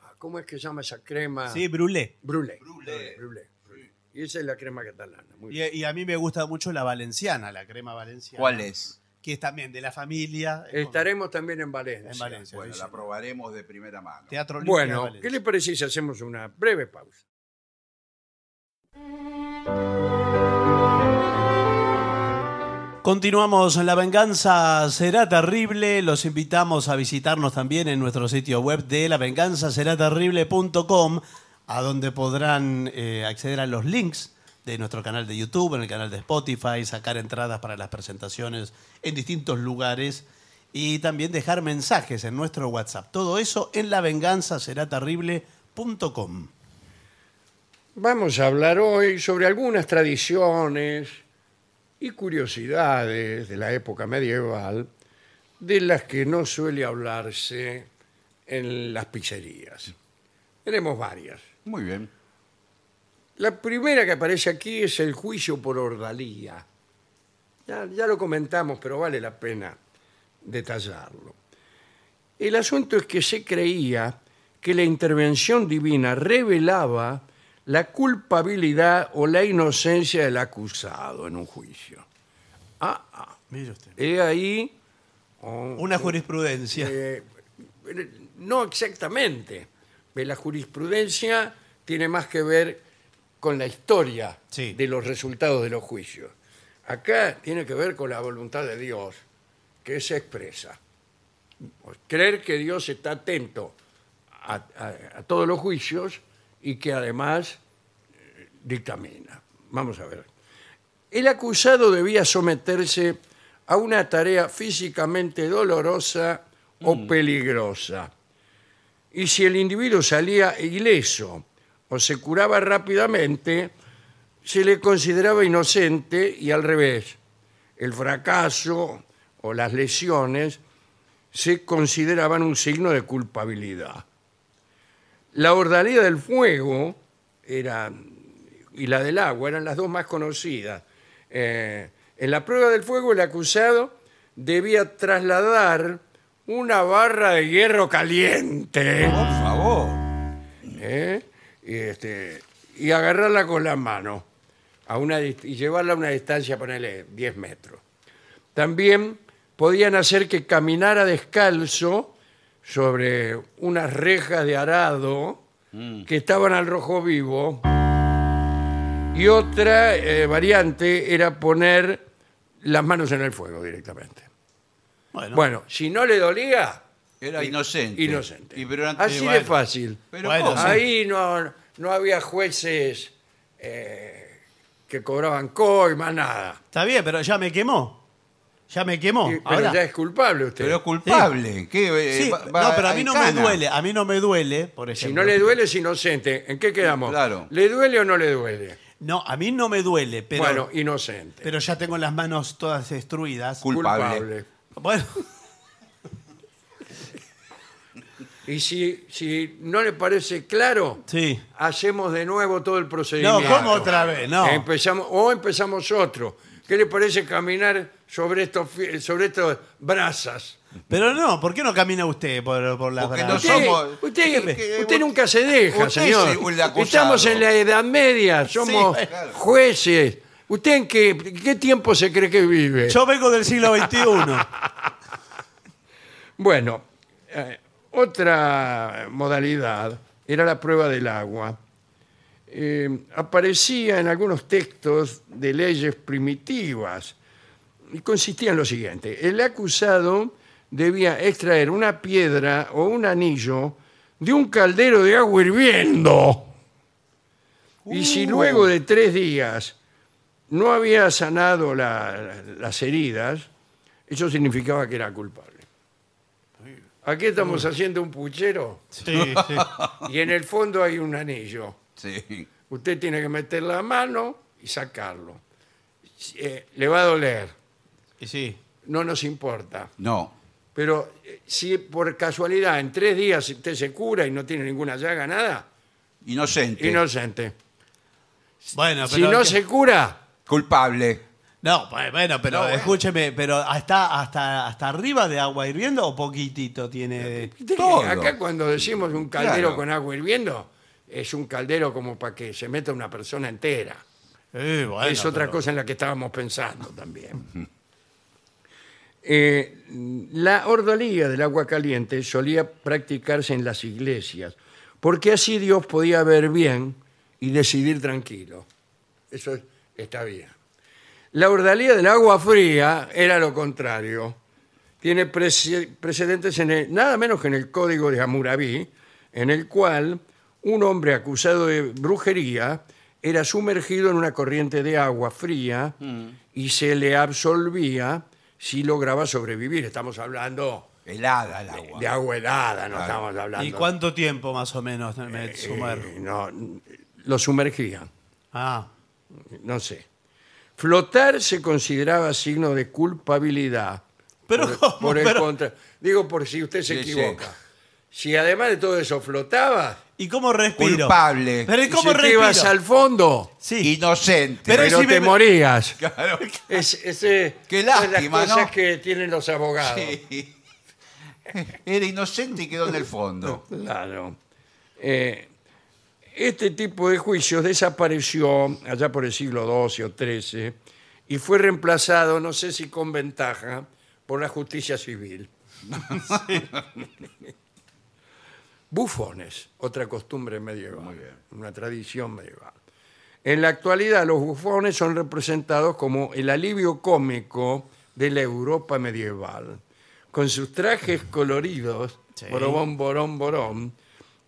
A: Ah, ¿Cómo es que se llama esa crema?
B: Sí, brulé.
A: Brûlée.
C: Brûlée.
A: Brûlée. Y esa es la crema catalana. Muy
B: Y,
A: bien.
B: y a mí me gusta mucho la valenciana, la crema valenciana.
C: ¿Cuál es?
B: Que es también de la familia. Es con-
A: Estaremos también en Valencia.
B: En Valencia.
C: Bueno,
B: sí,
C: la
B: sí.
C: probaremos de primera mano.
B: Teatro Olimpia de
A: Bueno,
B: Valencia.
A: ¿qué le parece si hacemos una breve pausa?
B: Continuamos, La Venganza Será Terrible. Los invitamos a visitarnos también en nuestro sitio web de lavenganzaseraterrible.com, a donde podrán eh, acceder a los links de nuestro canal de YouTube, en el canal de Spotify, sacar entradas para las presentaciones en distintos lugares y también dejar mensajes en nuestro WhatsApp. Todo eso en lavenganzaseraterrible.com.
A: Vamos a hablar hoy sobre algunas tradiciones y curiosidades de la época medieval de las que no suele hablarse en las pizzerías. Tenemos varias.
C: Muy bien.
A: La primera que aparece aquí es el juicio por ordalía. Ya, ya lo comentamos, pero vale la pena detallarlo. El asunto es que se creía que la intervención divina revelaba la culpabilidad o la inocencia del acusado en un juicio. Ah, ah.
B: Mire usted.
A: He ahí oh,
B: Una jurisprudencia.
A: eh, no exactamente. La jurisprudencia tiene más que ver con la historia
B: Sí.
A: de los resultados de los juicios. Acá tiene que ver con la voluntad de Dios, que se expresa. Creer que Dios está atento a, a- a todos los juicios y que además eh, dictamina. Vamos a ver. El acusado debía someterse a una tarea físicamente dolorosa o peligrosa. Y si el individuo salía ileso o se curaba rápidamente, se le consideraba inocente y al revés. El fracaso o las lesiones se consideraban un signo de culpabilidad. La ordalía del fuego era, y la del agua eran las dos más conocidas. Eh, en la prueba del fuego, el acusado debía trasladar una barra de hierro caliente
C: Por favor.
A: ¿eh? y, este, y agarrarla con la mano a una, dist- y llevarla a una distancia, ponele 10 metros. También podían hacer que caminara descalzo sobre unas rejas de arado
C: Mm.
A: que estaban al rojo vivo. Y otra eh, variante era poner las manos en el fuego directamente.
B: Bueno,
A: Bueno, si no le dolía,
C: Era inocente.
A: inocente.
C: Y pero antes-
A: Así de
C: bueno.
A: fácil.
C: Pero
B: Bueno,
C: ¿cómo?
B: sí.
A: Ahí no, no había jueces eh, que cobraban coima, nada.
B: está bien, pero ya me quemó. Ya me quemó.
A: Y- pero
B: Oh, Ahora.
A: ya es culpable usted.
C: Pero es culpable. ¿Qué, eh,
B: Sí,
C: va- va
B: no, pero a mí no me
C: encana?
B: duele. A mí no me duele, por
A: si
B: ejemplo.
A: no le duele es inocente. ¿En qué quedamos?
C: Claro.
A: ¿Le duele o no le duele?
B: No, a mí no me duele, pero,
A: bueno, inocente.
B: pero ya tengo las manos todas destruidas.
C: Culpable.
B: Bueno,
A: Y si, si no le parece claro,
B: sí.
A: hacemos de nuevo todo el procedimiento.
B: No, ¿cómo otra vez? No.
A: Empezamos, o empezamos otro. ¿Qué le parece caminar sobre estos fi- sobre estas brasas?
B: Pero no, ¿por qué no camina usted por, por las
C: Porque
B: bramas?
A: Usted,
C: somos-
A: usted-
C: que-
A: usted nunca se deja,
C: usted
A: señor.
C: es el acusado.
A: Estamos en la Edad Media, somos
B: Sí,
C: claro.
A: jueces. ¿Usted en qué, qué tiempo se cree que vive?
B: Yo vengo del siglo XXI.
A: Bueno, eh, otra modalidad era la prueba del agua. Eh, aparecía en algunos textos de leyes primitivas y consistía en lo siguiente. El acusado debía extraer una piedra o un anillo de un caldero de agua hirviendo. Y si luego de tres días no había sanado la- las heridas, eso significaba que era culpable. Aquí estamos haciendo un puchero
B: Sí, sí.
A: y en el fondo hay un anillo.
C: Sí.
A: Usted tiene que meter la mano y sacarlo. Eh, le va a doler,
B: Y sí.
A: no nos importa.
C: No.
A: Pero eh, si por casualidad en tres días usted se cura y no tiene ninguna llaga, nada,
C: Inocente.
A: inocente.
B: Bueno, pero.
A: Si no se cura,
C: Culpable.
B: No, bueno, pero
C: No, bueno.
B: escúcheme, pero hasta, hasta, hasta arriba de agua hirviendo o poquitito tiene.
A: ¿usted cree?
C: Todo.
A: acá cuando decimos un caldero
C: Claro.
A: con agua hirviendo, es un caldero como para que se meta una persona entera.
B: Eh, bueno,
A: es otra
B: pero-
A: cosa en la que estábamos pensando también. Eh, la ordalía del agua caliente solía practicarse en las iglesias, porque así Dios podía ver bien y decidir tranquilo. Eso es- está bien. La ordalía del agua fría era lo contrario. Tiene prece- precedentes en el- nada menos que en el código de Hammurabi, en el cual un hombre acusado de brujería era sumergido en una corriente de agua fría y se le absolvía si lograba sobrevivir. Estamos hablando
C: Helada el agua.
A: de agua helada, no
C: Claro.
A: estamos hablando.
B: ¿Y cuánto tiempo más o menos me
A: Eh,
B: sumerjo?
A: no, lo sumergían
B: Ah,
A: no sé. Flotar se consideraba signo de culpabilidad.
B: Pero
A: por,
B: ¿cómo?
A: por el
B: Pero-
A: contra- Digo, por si usted se
C: Sí, sí.
A: equivoca. Si además de todo eso flotaba,
B: ¿Y cómo respiro?
C: Culpable.
B: Pero ¿y
A: y
B: cómo
A: si te
B: respiro?
A: ibas al fondo,
B: Sí.
C: Inocente.
B: Pero
A: pero,
B: si
A: te
B: me-
A: morías.
C: Claro.
A: Es, es, eh,
C: Qué
A: son las
C: lástima,
A: cosas
C: ¿no?
A: que tienen los abogados.
C: Sí. Era inocente y quedó en el fondo.
A: Claro. Eh, este tipo de juicios desapareció allá por el siglo XII o XIII y fue reemplazado, no sé si con ventaja, por la justicia civil. Bufones, otra costumbre medieval,
C: Muy bien.
A: una tradición medieval. En la actualidad los bufones son representados como el alivio cómico de la Europa medieval, con sus trajes coloridos,
B: Sí.
A: borobón, borón, borón,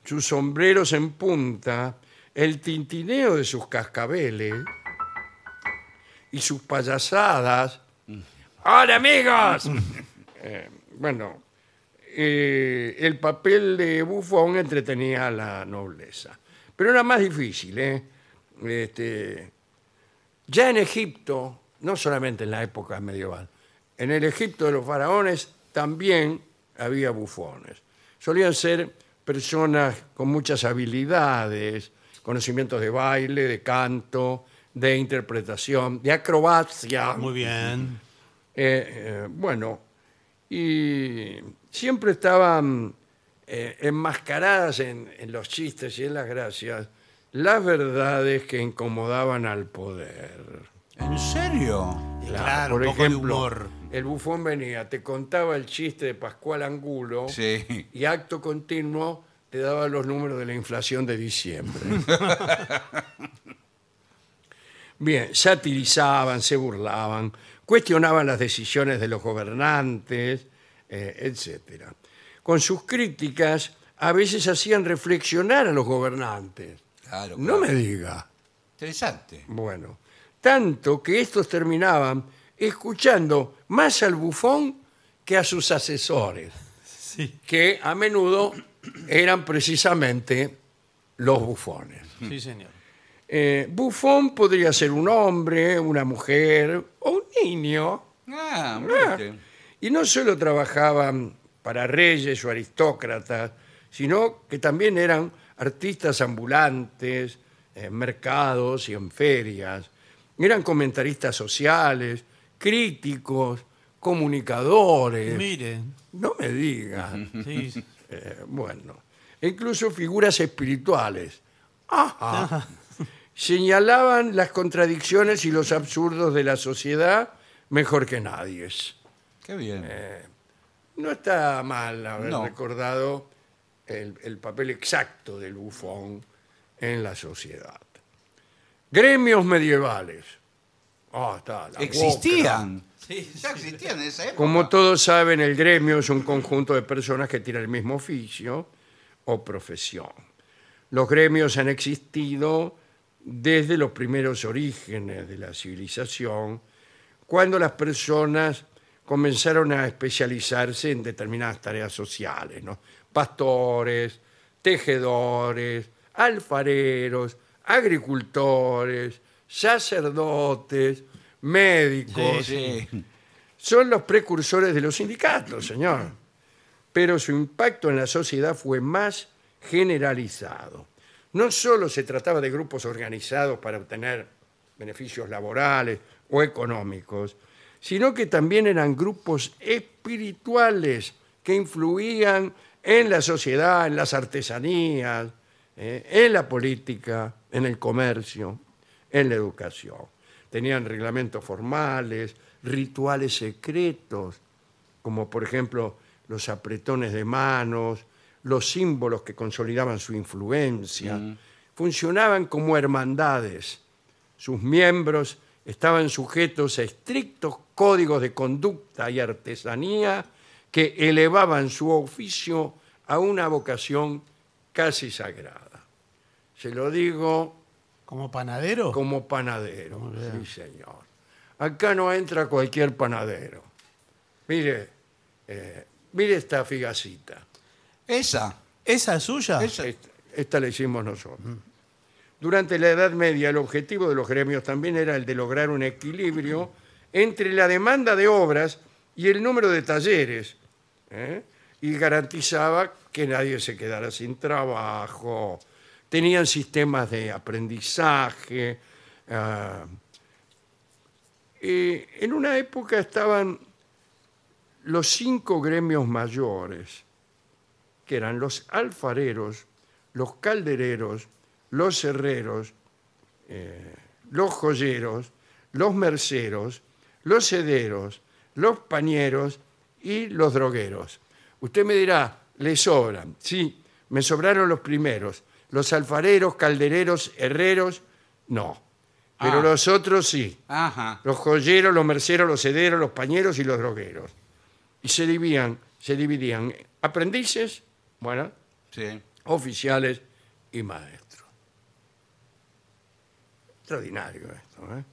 A: sus sombreros en punta, el tintineo de sus cascabeles y sus payasadas. ¡Hola, amigos! Eh, bueno, eh, el papel de bufón entretenía a la nobleza. Pero era más difícil, ¿eh? Este, ya en Egipto, no solamente en la época medieval, en el Egipto de los faraones también había bufones. Solían ser personas con muchas habilidades, conocimientos de baile, de canto, de interpretación, de acrobacia.
B: Muy bien.
A: Eh, eh, bueno, y siempre estaban eh, enmascaradas en, en los chistes y en las gracias las verdades que incomodaban al poder.
C: ¿En serio?
B: Claro, un poco de humor.
A: el bufón venía, te contaba el chiste de Pascual Angulo
C: Sí.
A: y acto continuo te daba los números de la inflación de diciembre. Bien, satirizaban, se burlaban, cuestionaban las decisiones de los gobernantes, etc. Con sus críticas a veces hacían reflexionar a los gobernantes.
C: Claro,
A: No
C: claro.
A: me diga.
C: Interesante.
A: Bueno, tanto que estos terminaban escuchando más al bufón que a sus asesores
B: Sí.
A: que a menudo eran precisamente los bufones.
B: Sí, señor.
A: Eh, bufón podría ser un hombre, una mujer o un niño. ¿eh?
C: Ah, mire.
A: Y no solo trabajaban para reyes o aristócratas, sino que también eran artistas ambulantes, en mercados y en ferias. Eran comentaristas sociales, críticos, comunicadores.
B: Mire.
A: no me digan.
B: Sí.
A: Eh, bueno, e incluso figuras espirituales. Ajá. Señalaban las contradicciones y los absurdos de la sociedad mejor que nadie.
C: Qué bien.
A: No está mal haber
C: No.
A: recordado el, el papel exacto del bufón en la sociedad. Gremios medievales. Ah, está. la
C: existían.
B: Sí,
C: Ya existían en esa época.
A: Como todos saben, el gremio es un conjunto de personas que tienen el mismo oficio o profesión. Los gremios han existido desde los primeros orígenes de la civilización, cuando las personas comenzaron a especializarse en determinadas tareas sociales, ¿no? Pastores, tejedores, alfareros, agricultores, sacerdotes, médicos,
C: Sí.
A: son los precursores de los sindicatos, señor. Pero su impacto en la sociedad fue más generalizado. No solo se trataba de grupos organizados para obtener beneficios laborales o económicos, sino que también eran grupos espirituales que influían en la sociedad, en las artesanías, eh, en la política, en el comercio, en la educación. Tenían reglamentos formales, rituales secretos, como por ejemplo los apretones de manos, los símbolos que consolidaban su influencia, funcionaban como hermandades. Sus miembros estaban sujetos a estrictos códigos de conducta y artesanía que elevaban su oficio a una vocación casi sagrada. Se lo digo
B: ¿Como panadero?
A: como panadero, sí señor. Acá no entra cualquier panadero. Mire, eh, mire esta figacita.
C: Esa.
B: ¿Esa es suya?
C: Esa.
A: Ah, Esta, esta la hicimos nosotros. Durante la Edad Media el objetivo de los gremios también era el de lograr un equilibrio entre la demanda de obras y el número de talleres ¿eh? y garantizaba que nadie se quedara sin trabajo. Tenían sistemas de aprendizaje. ah, eh, en una época estaban los cinco gremios mayores, que eran los alfareros, los caldereros, los herreros, eh, los joyeros, los merceros, los hederos, los pañeros y los drogueros. Usted me dirá, le sobran. Sí, me sobraron los primeros. Los alfareros, caldereros, herreros, no. Pero
C: Ah.
A: los otros sí
C: Ajá.
A: los joyeros, los merceros, los cederos, los pañeros y los drogueros. Y se dividían, se dividían aprendices, bueno,
C: Sí.
A: oficiales y maestros. Extraordinario esto, ¿eh?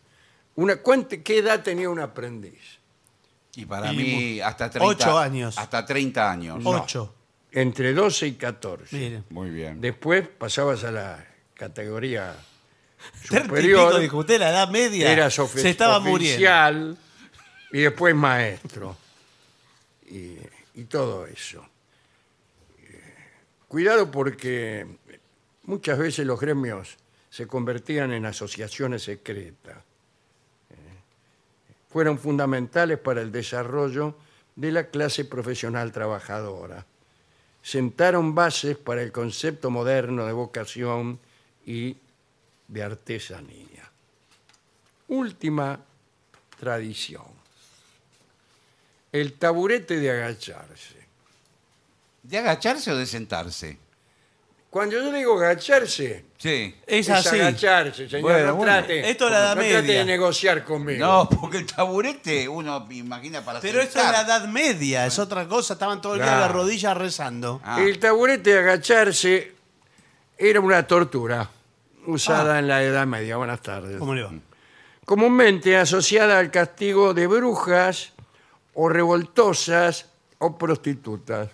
A: Una, ¿cuánta- ¿Qué edad tenía un aprendiz?
C: Y para
B: Y
C: mí, hasta 30
B: ocho años.
C: Hasta 30 años.
A: No.
B: Ocho.
A: Entre 12 y 14.
B: Mire.
C: Muy bien.
A: Después pasabas a la categoría
B: Treinta y pico,
A: superior.
B: dijo usted, la edad media.
A: Eras ofi-
B: se estaba muriendo.
A: oficial y después maestro. Y, y todo eso. Eh, Cuidado porque muchas veces los gremios se convertían en asociaciones secretas. Eh, Fueron fundamentales para el desarrollo de la clase profesional trabajadora. Sentaron bases para el concepto moderno de vocación y de artesanía última tradición. El taburete de agacharse.
C: ¿De agacharse o de sentarse?
A: Cuando yo digo agacharse,
C: Sí.
B: Es
A: es,
B: así.
A: agacharse, señor.
C: Bueno,
A: no
C: bueno.
A: trate,
B: Esto es la Edad
A: no trate
B: Media.
A: de negociar conmigo.
C: No, porque el taburete, uno imagina para
B: Pero esto es
C: sentar.
B: la edad media, es otra cosa. Estaban todo el día a la
A: Claro.
B: rodilla rezando.
C: Ah.
A: El taburete de agacharse era una tortura usada en la Edad Media. Buenas tardes.
B: ¿Cómo le va?
A: Comúnmente asociada al castigo de brujas o revoltosas o prostitutas.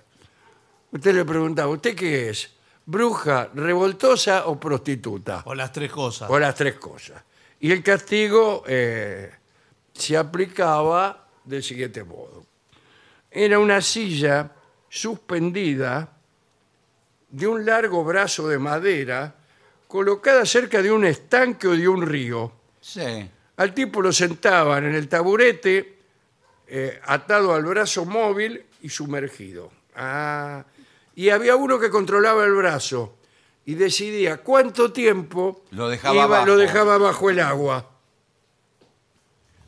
A: Usted le preguntaba, ¿usted qué es? ¿Bruja, revoltosa o prostituta?
B: O las tres cosas.
A: O las tres cosas. Y el castigo eh, se aplicaba del siguiente modo. Era una silla suspendida de un largo brazo de madera colocada cerca de un estanque o de un río.
C: Sí.
A: Al tipo lo sentaban en el taburete eh, atado al brazo móvil y sumergido. Ah, y había uno que controlaba el brazo y decidía cuánto tiempo
C: Lo dejaba
A: iba-
C: abajo.
A: lo dejaba bajo el agua.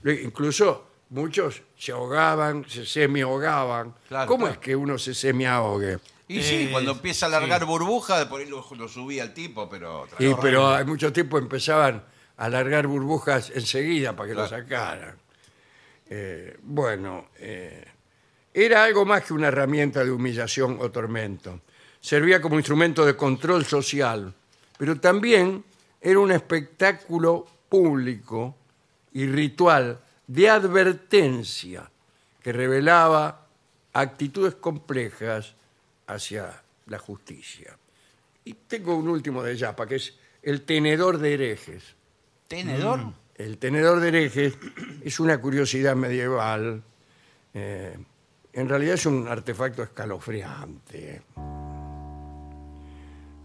A: Lo- Incluso muchos se ahogaban, se semi-ahogaban.
C: Claro,
A: ¿Cómo
C: claro.
A: es que uno se semi-ahogue?
C: Y sí,
B: Eh,
C: cuando empieza a largar burbujas, por ahí lo, lo subía al tipo, pero... otra
A: Y,
C: cosa.
A: pero hay mucho tiempo empezaban a largar burbujas enseguida para que lo
C: Claro.
A: sacaran. Eh, bueno, eh, era algo más que una herramienta de humillación o tormento. Servía como instrumento de control social, pero también era un espectáculo público y ritual de advertencia que revelaba actitudes complejas hacia la justicia. Y tengo un último de Yapa, que es el tenedor de herejes.
C: ¿Tenedor?
B: Mm.
A: El tenedor de herejes es una curiosidad medieval. eh, en realidad es un artefacto escalofriante.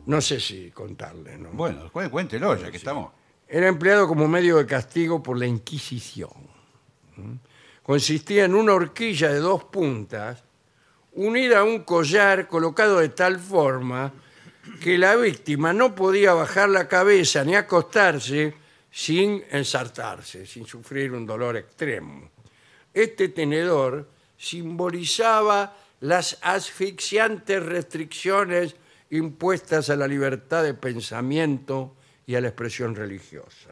A: No sé si contarle, ¿no?
C: Bueno, cué- cuéntelo, ya que estamos.
A: Era empleado como medio de castigo por la Inquisición. ¿Mm? Consistía en una horquilla de dos puntas unida a un collar colocado de tal forma que la víctima no podía bajar la cabeza ni acostarse sin ensartarse, sin sufrir un dolor extremo. Este tenedor simbolizaba las asfixiantes restricciones impuestas a la libertad de pensamiento y a la expresión religiosa.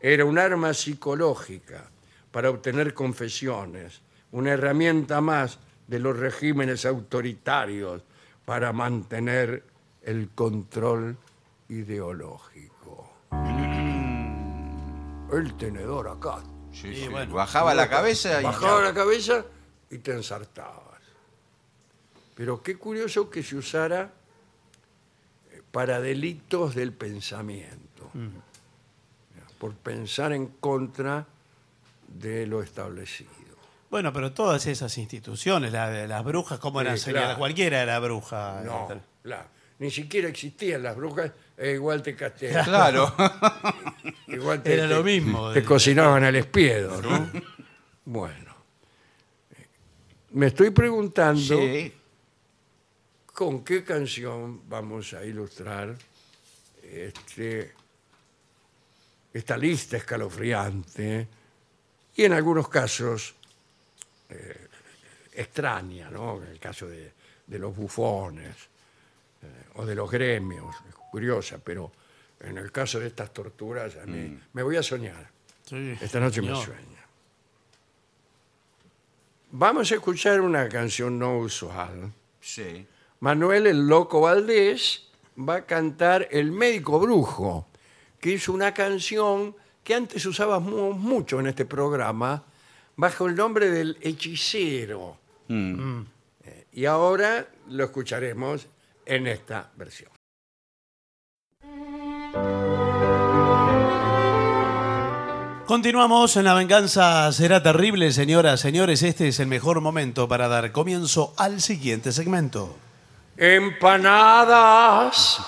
A: Era un arma psicológica para obtener confesiones, una herramienta más de los regímenes autoritarios para mantener el control ideológico. El tenedor acá.
C: Sí,
B: Y
C: sí.
B: bueno.
C: Bajaba la cabeza y...
A: Bajaba la cabeza y te ensartabas. Pero qué curioso que se usara eh, para delitos del pensamiento. por pensar en contra de lo establecido.
B: Bueno, pero todas esas instituciones, la de las brujas, ¿cómo eran?
A: Sí,
B: Sería
A: claro.
B: cualquiera era bruja.
A: No,
B: Tal.
A: claro. Ni siquiera existían las brujas, e igual te castigaban.
C: Claro.
A: Igual te,
B: Era lo
A: te-
B: mismo.
A: te cocinaban al espiedo, ¿no? bueno. eh, Me estoy preguntando
C: Sí.
A: con qué canción vamos a ilustrar este, esta lista escalofriante y en algunos casos eh, extraña, ¿no? En el caso de, de los bufones eh, o de los gremios, es curiosa, pero en el caso de estas torturas a mí- me voy a soñar.
B: Sí,
A: Esta noche me
B: señor.
A: sueña. Vamos a escuchar una canción no usual.
C: Sí.
A: Manuel el Loco Valdés va a cantar El Médico Brujo, que hizo una canción que antes usábamos mucho en este programa bajo el nombre del Hechicero. Eh, Y ahora lo escucharemos en esta versión.
B: Continuamos en La Venganza Será Terrible, señoras, señores. Este es el mejor momento para dar comienzo al siguiente segmento.
A: Empanadas,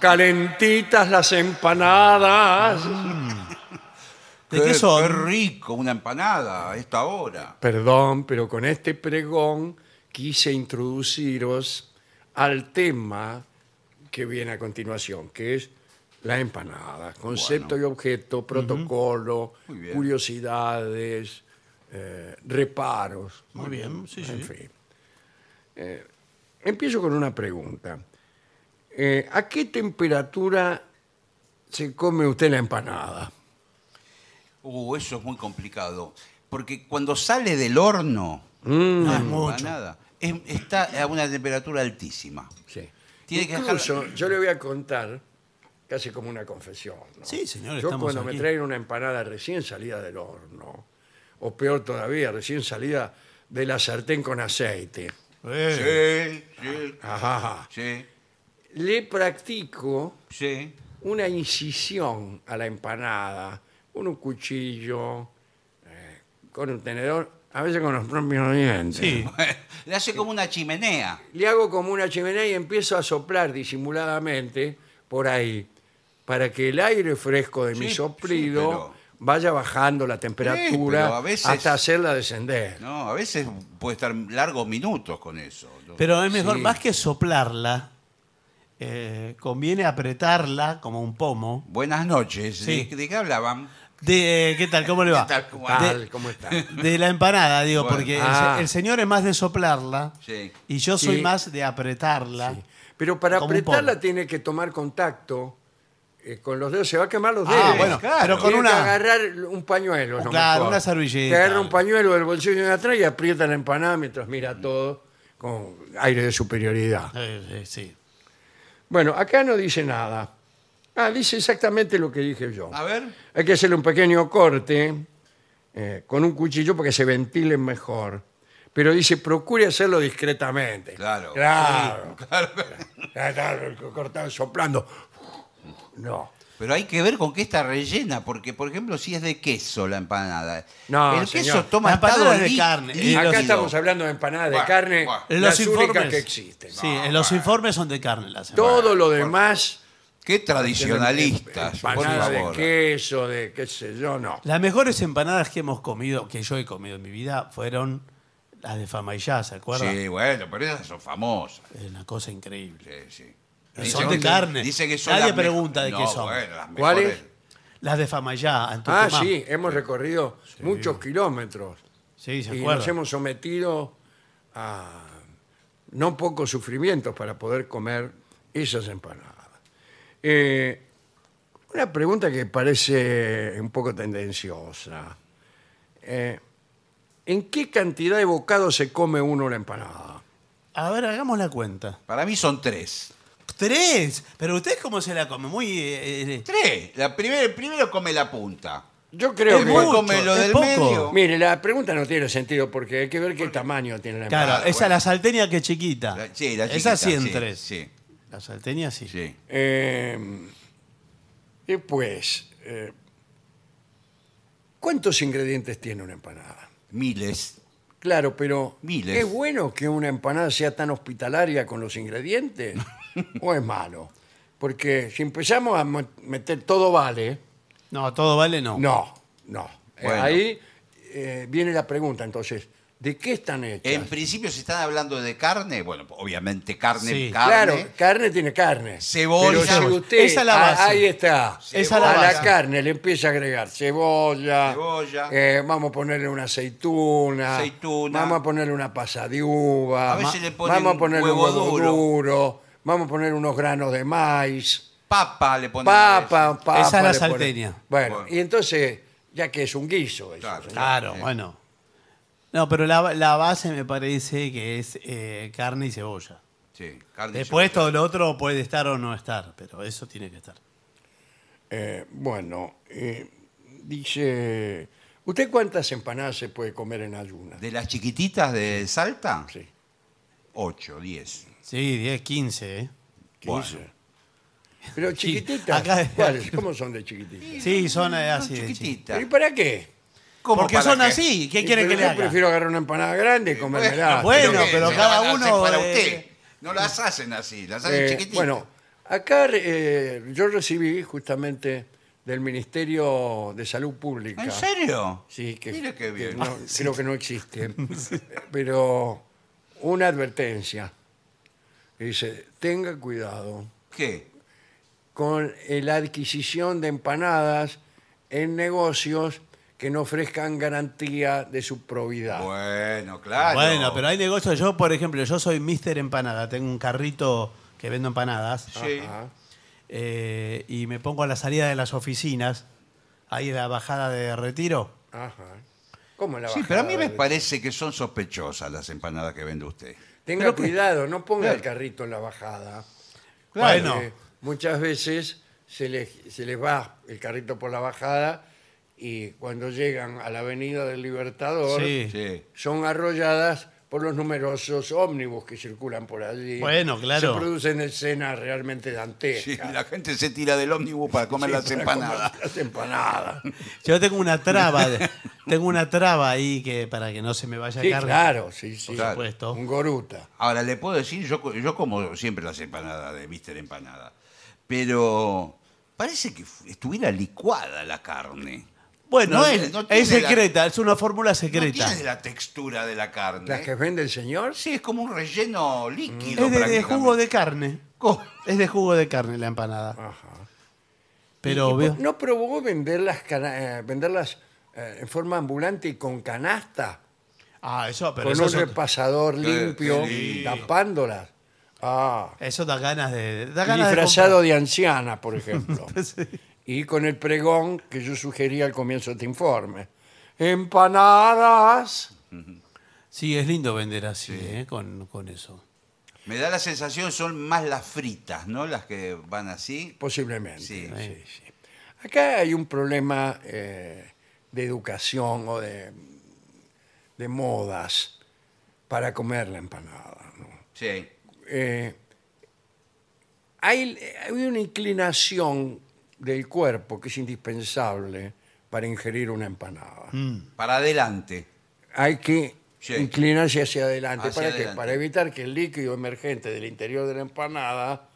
A: calentitas las empanadas.
B: ¿De qué
C: Qué
B: son?
C: rico, una empanada a esta hora.
A: Perdón, pero con este pregón quise introduciros al tema que viene a continuación, que es la empanada, concepto y objeto, protocolo,
C: Muy bien.
A: curiosidades, eh, reparos.
B: Muy bien, sí,
A: En
B: sí.
A: fin. Eh, empiezo con una pregunta. Eh, ¿A qué temperatura se come usted la empanada?
C: Uh, eso es muy complicado. Porque cuando sale del horno,
A: Mm.
B: No Ah, es
C: la
B: mucho.
C: empanada, es- está a una temperatura altísima.
A: Sí.
C: Tiene que
A: Incluso, yo le voy a contar casi como una confesión. ¿no?
B: Sí, señor,
A: Yo
B: estamos
A: cuando me
B: aquí.
A: traen una empanada recién salida del horno, o peor todavía, recién salida de la sartén con aceite,
B: Eh,
C: Sí, sí,
A: ajá,
C: sí,
A: le practico
C: sí.
A: una incisión a la empanada, con un cuchillo, eh, con un tenedor, a veces con los propios dientes.
B: Sí.
C: Le hace como una chimenea.
A: le hago como una chimenea y empiezo a soplar disimuladamente por ahí para que el aire fresco de mi
C: Sí,
A: soplido
C: sí, pero-
A: vaya bajando la temperatura
C: pero a veces-
A: hasta hacerla descender.
C: No, a veces puede estar largos minutos con eso. ¿no?
B: Pero es mejor,
A: Sí.
B: más que soplarla, eh, conviene apretarla como un pomo.
C: Buenas noches.
B: Sí.
C: ¿De, de qué hablaban?
B: De, ¿Qué tal? ¿Cómo le va?
C: ¿Qué tal? ¿Cómo
A: Tal
B: De-
A: como está.
B: De la empanada, digo,
C: Bueno.
B: porque el se-
A: Ah.
B: el, señor es más de soplarla
C: Sí.
B: y yo soy
A: Sí.
B: más de apretarla.
A: Pero para
B: Como un
A: apretarla
B: pomo.
A: tiene que tomar contacto eh, con los dedos. Se va a quemar los
B: Ah,
A: dedos.
B: bueno,
C: claro.
B: pero con
A: Tiene que
B: una...
A: agarrar un pañuelo. es lo
B: Claro,
A: mejor.
B: una servilleta.
A: Te agarra un pañuelo del bolsillo de atrás y aprieta la empanada mientras mira todo con aire de superioridad.
B: Eh, eh, sí.
A: Bueno, acá no dice nada. Ah, dice exactamente lo que dije yo.
C: A ver.
A: Hay que hacerle un pequeño corte eh, con un cuchillo para que se ventilen mejor. Pero dice, procure hacerlo discretamente.
C: Claro.
A: Claro. Ah, claro, cortado, soplando. No.
C: Pero hay que ver con qué está rellena, porque por ejemplo si es de queso la empanada.
A: No,
C: el queso
A: señor.
C: toma
B: La empanada
C: estado
B: es de
C: lí-
B: carne. Y
C: líquido.
A: Acá estamos hablando de empanadas de
C: Buah,
A: carne,
C: buah.
A: las únicas que existen.
B: Sí, en los informes son de carne las empanadas.
A: Todo lo demás...
C: Qué tradicionalistas, por
A: Empanadas de
C: favor.
A: queso, de qué sé yo, no.
B: Las mejores empanadas que hemos comido, que yo he comido en mi vida, fueron las de Famayá, ¿se acuerdan?
C: Sí, bueno, pero esas son famosas.
B: Es una cosa increíble.
C: Sí, sí.
B: Y
C: Dicen
B: son de
C: que-
B: carne.
C: Dicen que son
B: Nadie
C: las me-
B: pregunta de
C: No,
B: qué son.
C: Bueno, las
A: ¿Cuáles?
C: mejores.
B: Las de Famayá, en
A: Ah,
B: Tucumán.
A: sí, hemos recorrido muchos kilómetros.
B: Sí, ¿se
A: y
B: acuerdan?
A: nos hemos sometido a no pocos sufrimientos para poder comer esas empanadas. Eh, una pregunta que parece un poco tendenciosa. Eh, ¿En qué cantidad de bocados se come uno la empanada?
B: A ver, hagamos la cuenta.
C: Para mí son tres.
B: ¡Tres! Pero usted cómo se la come, muy... eh, eh,
C: Tres. La primera, el primero come la punta.
A: Yo creo
B: Es
A: que...
C: Después
B: mucho,
C: come lo
B: es
C: del
B: poco.
C: medio.
A: Mire, la pregunta no tiene sentido porque hay que ver qué tamaño tiene la empanada.
B: claro,
C: bueno.
B: esa la salteña que es chiquita.
C: pues. La- sí, la
B: Esa
C: chiquita,
B: sí en
C: sí,
B: tres.
C: sí.
B: La salteña sí.
C: Sí.
A: Eh, Em, Y pues, eh, ¿cuántos ingredientes tiene una empanada?
C: Miles.
A: Claro, pero
C: Miles.
A: ¿es bueno que una empanada sea tan hospitalaria con los ingredientes? ¿O es malo? Porque si empezamos a mo- meter todo vale,
B: No, todo vale, no.
A: no, no. Eh,
C: Bueno.
A: Ahí eh, viene la pregunta, entonces, ¿de qué están hechas?
C: En principio, si están hablando de carne, bueno, obviamente carne,
B: Sí.
C: carne.
A: Claro, carne tiene carne.
C: Cebolla.
A: Pero si usted,
B: Esa es la base.
A: ah, ahí está.
B: Esa es la
A: a la
B: base.
A: carne le empieza a agregar cebolla.
C: Cebolla.
A: eh, vamos a ponerle una aceituna.
C: Aceituna.
A: Vamos a ponerle una pasa de uva.
C: A veces
A: ma-
C: le ponen
A: vamos a
C: un
A: ponerle
C: huevo
A: un huevo
C: duro.
A: duro. Vamos a poner unos granos de maíz.
C: Papa le ponen. a veces.
A: Papa, papa.
B: Esa es
A: le
B: la
A: ponen-
B: salteña.
A: Bueno,
C: Bueno.
A: y entonces, ya que es un guiso. eso,
C: Claro.
A: ¿no?
B: Claro,
C: Sí.
B: bueno. No, pero la, la base me parece que es eh, carne y cebolla.
C: Sí, carne y
B: Después
C: cebolla.
B: todo lo otro puede estar o no estar, pero eso tiene que estar.
A: Eh, bueno, eh, dice... ¿Usted cuántas empanadas se puede comer en ayunas?
C: ¿De las chiquititas de Salta?
A: Sí.
C: 8, 10.
B: Sí, 10, 15, ¿eh?
A: Bueno. Pero chiquititas,
B: Acá-
A: ¿cuáles? ¿Cómo son de chiquititas?
B: Sí, son eh, así. de chiquitas.
C: Chiquititas.
A: ¿Y para qué?
C: ¿Cómo
B: Porque
C: para
B: son
C: qué?
B: así, ¿qué
A: Y
B: quieren
A: pero
B: que le
A: yo
B: haga? Eh,
A: prefiero agarrar una empanada grande y comérmela.
B: bueno,
A: pero-
C: ¿qué?
B: pero
C: Se
B: cada
C: van a hacer
B: uno,
C: Para
B: eh,
C: usted. No las hacen así, las hacen
A: Eh,
C: chiquititas.
A: bueno, acá eh, yo recibí justamente del Ministerio de Salud Pública.
C: ¿En serio?
A: Sí, que,
C: Mire qué
A: que
C: bien.
A: no- creo que no existe. Pero una advertencia. que Dice, tenga cuidado
C: ¿Qué?
A: con eh, la adquisición de empanadas en negocios que no ofrezcan garantía de su probidad.
C: Bueno, claro.
B: Bueno, pero hay negocios. Yo, por ejemplo, yo soy Mister Empanada. Tengo un carrito que vendo empanadas.
C: Sí.
A: Ajá.
B: eh, y me pongo a la salida de las oficinas, ahí en la bajada de retiro.
A: Ajá. ¿Cómo la
C: Sí,
A: bajada
C: pero a mí me
A: de-
C: parece que son sospechosas las empanadas que vende usted.
A: Tenga cuidado, no ponga el carrito en la bajada.
B: Claro.
A: porque Muchas veces se les, se les va el carrito por la bajada y cuando llegan a la avenida del Libertador
B: Sí.
C: Sí.
A: son arrolladas por los numerosos ómnibus que circulan por allí.
B: Bueno, claro.
A: Se producen escenas realmente
C: Sí,
A: dantescas.
C: la gente se tira del ómnibus para comer
A: Sí,
C: las
A: para
C: empanadas.
A: comer Las empanadas.
B: Yo tengo una traba, de- tengo una traba ahí que para que no se me vaya
A: Sí,
B: a cargar.
A: claro, sí, sí.
B: Por supuesto.
A: Un goruta.
C: Ahora, le puedo decir, yo, co- yo como siempre las empanadas de Mister Empanada, pero parece que fu- estuviera licuada la carne.
B: Bueno,
C: No
B: es,
C: es- no
B: es
C: tiene la-
B: secreta, es una fórmula
C: No
B: secreta.
C: tiene la textura de la carne.
A: ¿Las que vende el señor?
C: Sí, es como un relleno líquido.
B: es de- de,
C: prácticamente.
B: jugo de carne.
C: Co-
B: Es de jugo de carne la empanada.
A: Ajá.
B: Pero veo-
A: ¿No probó venderlas, cana- eh, venderlas eh, en forma ambulante y con canasta?
B: Ah, eso, pero
A: con
B: eso,
A: un
B: eso-
A: repasador limpio,
C: qué lindo.
A: tapándolas. Ah,
B: eso da ganas de. Da ganas de
A: disfrazado de, anciana, por ejemplo. Y con el pregón que yo sugería al comienzo de este informe. Empanadas.
B: comprar. Sí, es lindo vender así, eh, con, con eso.
C: Me da la sensación, son más las fritas, ¿no? Las que van así.
A: Posiblemente.
C: Sí.
A: sí, sí. Acá hay un problema eh, de educación o de, de modas para comer la empanada. ¿no?
C: Sí.
A: Eh, hay, hay una inclinación del cuerpo que es indispensable para ingerir una empanada.
C: Para adelante.
A: Hay que
C: Sí.
A: inclinarse hacia adelante.
C: Hacia
A: ¿Para qué?
C: adelante.
A: Para evitar que el líquido emergente del interior de la empanada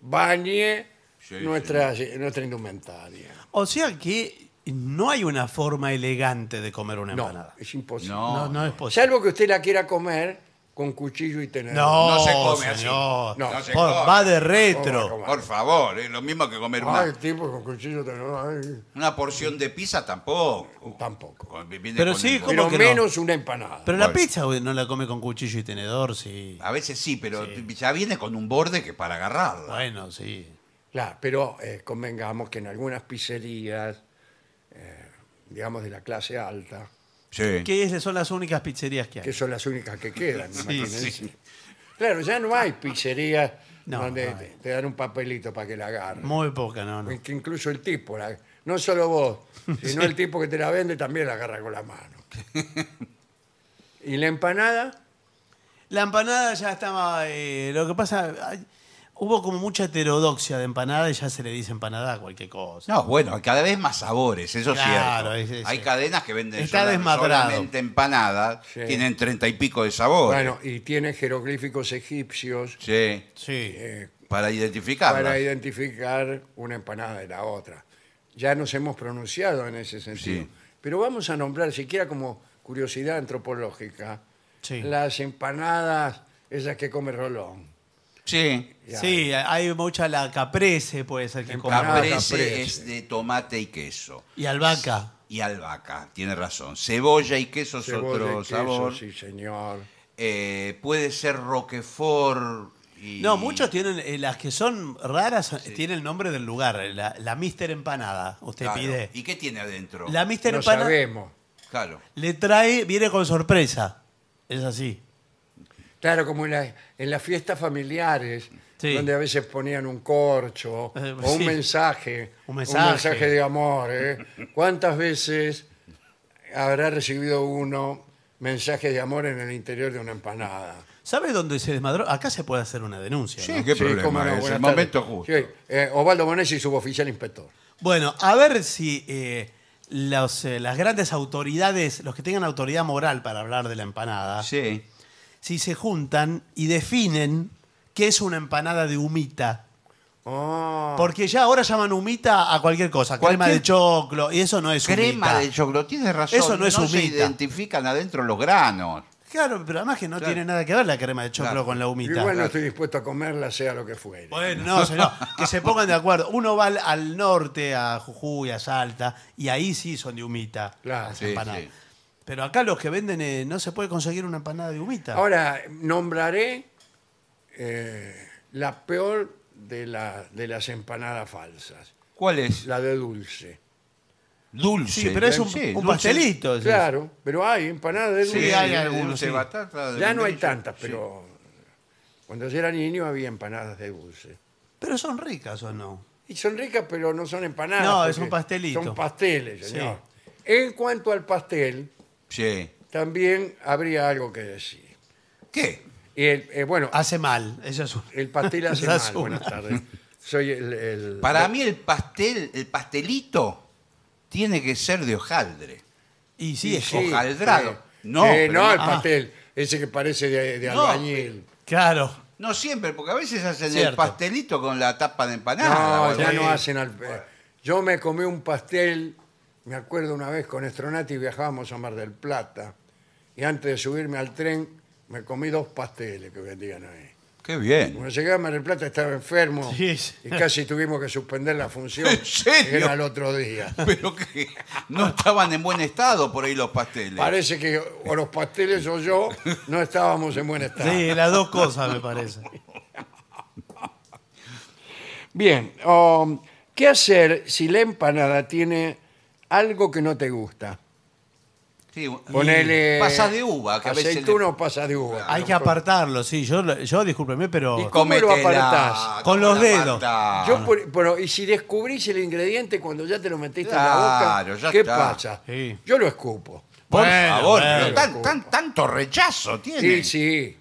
A: bañe
C: Sí,
A: nuestra, nuestra indumentaria.
B: O sea que no hay una forma elegante de comer una
A: No,
B: empanada.
A: es imposible.
C: No.
B: No, no es posible.
A: Salvo que usted la quiera comer con cuchillo y tenedor.
B: No,
C: No se come así.
B: señor.
A: No,
C: no se
B: Por-
C: come.
B: Va de
A: ¿Cómo
B: retro.
A: va a
C: Por favor, es lo mismo que comer
A: Ah, el
C: una,
A: tipo con cuchillo y tenedor. ay,
C: una porción de pizza tampoco.
A: Tampoco.
C: Con- viene
B: Pero
C: con
B: sí,
C: el-
B: ¿cómo
A: Pero
B: que no?
A: menos una empanada.
B: Pero la
C: Bueno.
B: pizza uy, no la come con cuchillo y tenedor, sí.
C: A veces sí, pero ya viene con un borde que para agarrarla.
B: Bueno, sí.
A: Claro, pero eh, convengamos que en algunas pizzerías, eh, digamos de la clase alta,
C: Sí.
B: Que es- son las únicas pizzerías que hay.
A: que son las únicas que quedan, imagínense.
C: sí.
A: Claro, ya no hay pizzerías
B: Ah. No,
A: donde
B: no hay.
A: te, te dan un papelito para que la agarres.
B: Muy poca, no, no.
A: Que incluso el tipo, la- no solo vos, sino el tipo que te la vende también la agarra con la mano. ¿Y la empanada?
B: La empanada ya estaba. eh, lo que pasa. ay, Hubo como mucha heterodoxia de empanada y ya se le dice empanada a cualquier cosa.
C: No, bueno, hay cada vez más sabores, eso
B: Claro,
C: es cierto.
B: es- es-
C: hay
B: es.
C: cadenas que venden
B: Está
C: sola-
B: desmadrado.
C: solamente empanadas,
A: Sí.
C: tienen treinta y pico de sabores.
A: Bueno, y tiene jeroglíficos egipcios
C: Sí,
B: Sí.
A: eh,
C: para identificarlas.
A: para identificar una empanada de la otra. Ya nos hemos pronunciado en ese sentido.
C: Sí.
A: Pero vamos a nombrar, siquiera como curiosidad antropológica,
B: Sí.
A: las empanadas, esas que come Rolón.
C: Sí.
A: Ya.
B: Sí, hay mucha la caprese, puede ser que
A: Empanada.
B: coma.
C: Caprese
A: caprese.
C: es de tomate y queso.
B: Y albahaca.
C: Y albahaca, tiene razón. Cebolla y queso es
A: Cebolla y
C: otro
A: queso,
C: sabor.
A: Sí, señor.
C: Eh, puede ser roquefort. y-
B: No, muchos tienen, eh, las que son raras, eh, tiene el nombre del lugar, eh, la, la Mister Empanada, usted
C: Claro.
B: pide.
C: ¿Y qué tiene adentro?
B: La Mister
A: No
B: Empanada
A: sabemos.
C: Claro.
B: le trae, viene con sorpresa, es así.
A: Claro, como en, la- en las fiestas familiares,
B: Sí.
A: donde a veces ponían un corcho
B: Eh,
A: o un
B: sí.
A: mensaje,
B: Un mensaje.
A: de amor. ¿eh? ¿Cuántas veces habrá recibido uno mensajes de amor en el interior de una empanada?
B: ¿Sabe dónde se desmadró? Acá se puede hacer una denuncia. ¿no?
C: ¿Qué
A: cómo
C: problema
A: no,
C: es?
A: buenas
C: El
A: tardes.
C: momento justo.
A: Sí, eh, Osvaldo Bonesi, suboficial inspector.
B: Bueno, a ver si eh, los, eh, las grandes autoridades, los que tengan autoridad moral para hablar de la empanada,
C: Sí.
B: si se juntan y definen qué es una empanada de humita.
A: Ah,
B: Porque ya ahora llaman humita a cualquier cosa, crema
C: Cualquier-
B: de choclo, y eso no es
C: Crema
B: humita.
C: de choclo, tienes razón.
B: Eso no es
C: no se
B: humita.
C: identifican adentro los granos.
B: Claro, pero además que no
C: Claro.
B: tiene nada que ver la crema de choclo
C: Claro.
B: con la
A: yo
B: humita.
A: igual no estoy dispuesto a comerla, sea lo que fuere.
B: Bueno, no, señor, que se pongan de acuerdo. Uno va al, al norte, a Jujuy, a Salta, y ahí sí son de humita
A: Claro,
B: las
C: sí,
B: empanadas.
C: sí.
B: Pero acá los que venden eh, no se puede conseguir una empanada de humita.
A: Ahora, nombraré eh, la peor de, la- de las empanadas falsas,
C: ¿Cuál es?
A: la de dulce.
C: Dulce.
B: sí, pero es un,
C: Sí,
B: un
C: dulce.
B: pastelito. es-
A: Claro, pero hay empanadas de
C: Sí,
A: dulce.
B: hay, hay,
C: dulce,
B: sí.
C: batata. de
A: ya no hay
C: membrillo.
A: tantas, pero cuando yo era niño había empanadas de dulce.
B: Pero son ricas o no.
A: Y son ricas, pero no son empanadas.
B: No, es
A: porque
B: un pastelito.
A: Son pasteles,
B: Sí.
A: señor. En cuanto al pastel,
C: Sí.
A: también habría algo que decir.
C: ¿Qué?
A: Y el- eh, bueno,
B: Hace mal, eso es un-
A: el pastel hace
B: esa es
A: mal.
B: una.
A: Buenas tardes. Soy el... el-
C: Para mí el pastel, el pastelito, tiene que ser de hojaldre.
B: Y sí,
A: Sí,
B: es
A: sí,
C: hojaldrado.
A: sí.
C: No,
A: Eh,
C: pero
A: no,
C: no-
A: el
B: ah.
A: pastel. Ese que parece de, de
C: No,
A: albañil.
B: Claro.
C: No siempre, porque a veces hacen el
B: Cierto.
C: pastelito con la tapa de empanada.
A: No,
C: o algo
A: ya
C: así.
A: no hacen al... eh, Yo me comí un pastel, me acuerdo una vez con Estronati viajábamos a Mar del Plata y antes de subirme al tren me comí dos pasteles que vendían ahí.
C: Qué bien.
A: Cuando llegué a Mar del Plata estaba enfermo
B: Sí, sí.
A: y casi tuvimos que suspender la función.
C: ¿En serio?
A: que Era el otro día.
C: Pero que no estaban en buen estado por ahí los pasteles.
A: Parece que o los pasteles o yo no estábamos en buen estado.
B: Sí, las dos cosas me parece.
A: Bien, um, ¿qué hacer si la empanada tiene algo que no te gusta?
C: Sí,
A: Ponele.
C: Pasa de uva, que a veces.
A: Aceituno o pasa de uva.
B: Hay que apartarlo, sí. Yo, lo- yo discúlpeme,
A: Y
B: pero
A: con- ¿Cómo lo apartás?
B: Con los dedos.
C: Ah.
A: Yo, por- bueno, y si descubrís el ingrediente cuando ya te lo metiste en la
C: Claro,
A: boca,
C: ya
A: ¿qué
C: está.
A: pasa?
B: Sí.
A: Yo lo escupo.
C: Por
B: Bueno,
C: favor,
B: bueno.
C: pero tan- tan- tanto rechazo tiene.
A: Sí, sí.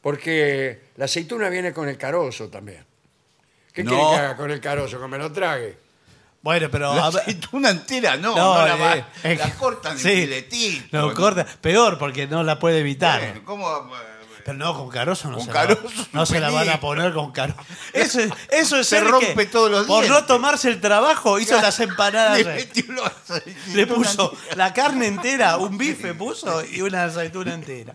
A: Porque la aceituna viene con el carozo también. ¿Qué
C: No.
A: quiere que haga con el carozo? Que me lo trague.
B: bueno, pero
C: La
B: a ver-
C: aceituna entera no, no,
B: No,
C: la, va-
B: eh, eh,
C: la cortan
B: sí.
C: en filetitos.
B: No, corta. Peor, porque no la puede evitar.
C: Bueno, ¿cómo? eh,
B: Pero no, con carozo no
C: Con
B: se
C: carozo
B: la
C: es
B: va-
C: un
B: No se la van a
C: peligro.
B: poner con carozo. Eso es, eso es
C: Se
B: ser
C: rompe
B: que,
C: todos los
B: Por no
C: dientes.
B: tomarse el trabajo, hizo las empanadas.
C: Le
B: Le,
C: metió la aceituna
B: puso
C: entera.
B: la carne entera, un bife puso y una aceituna entera.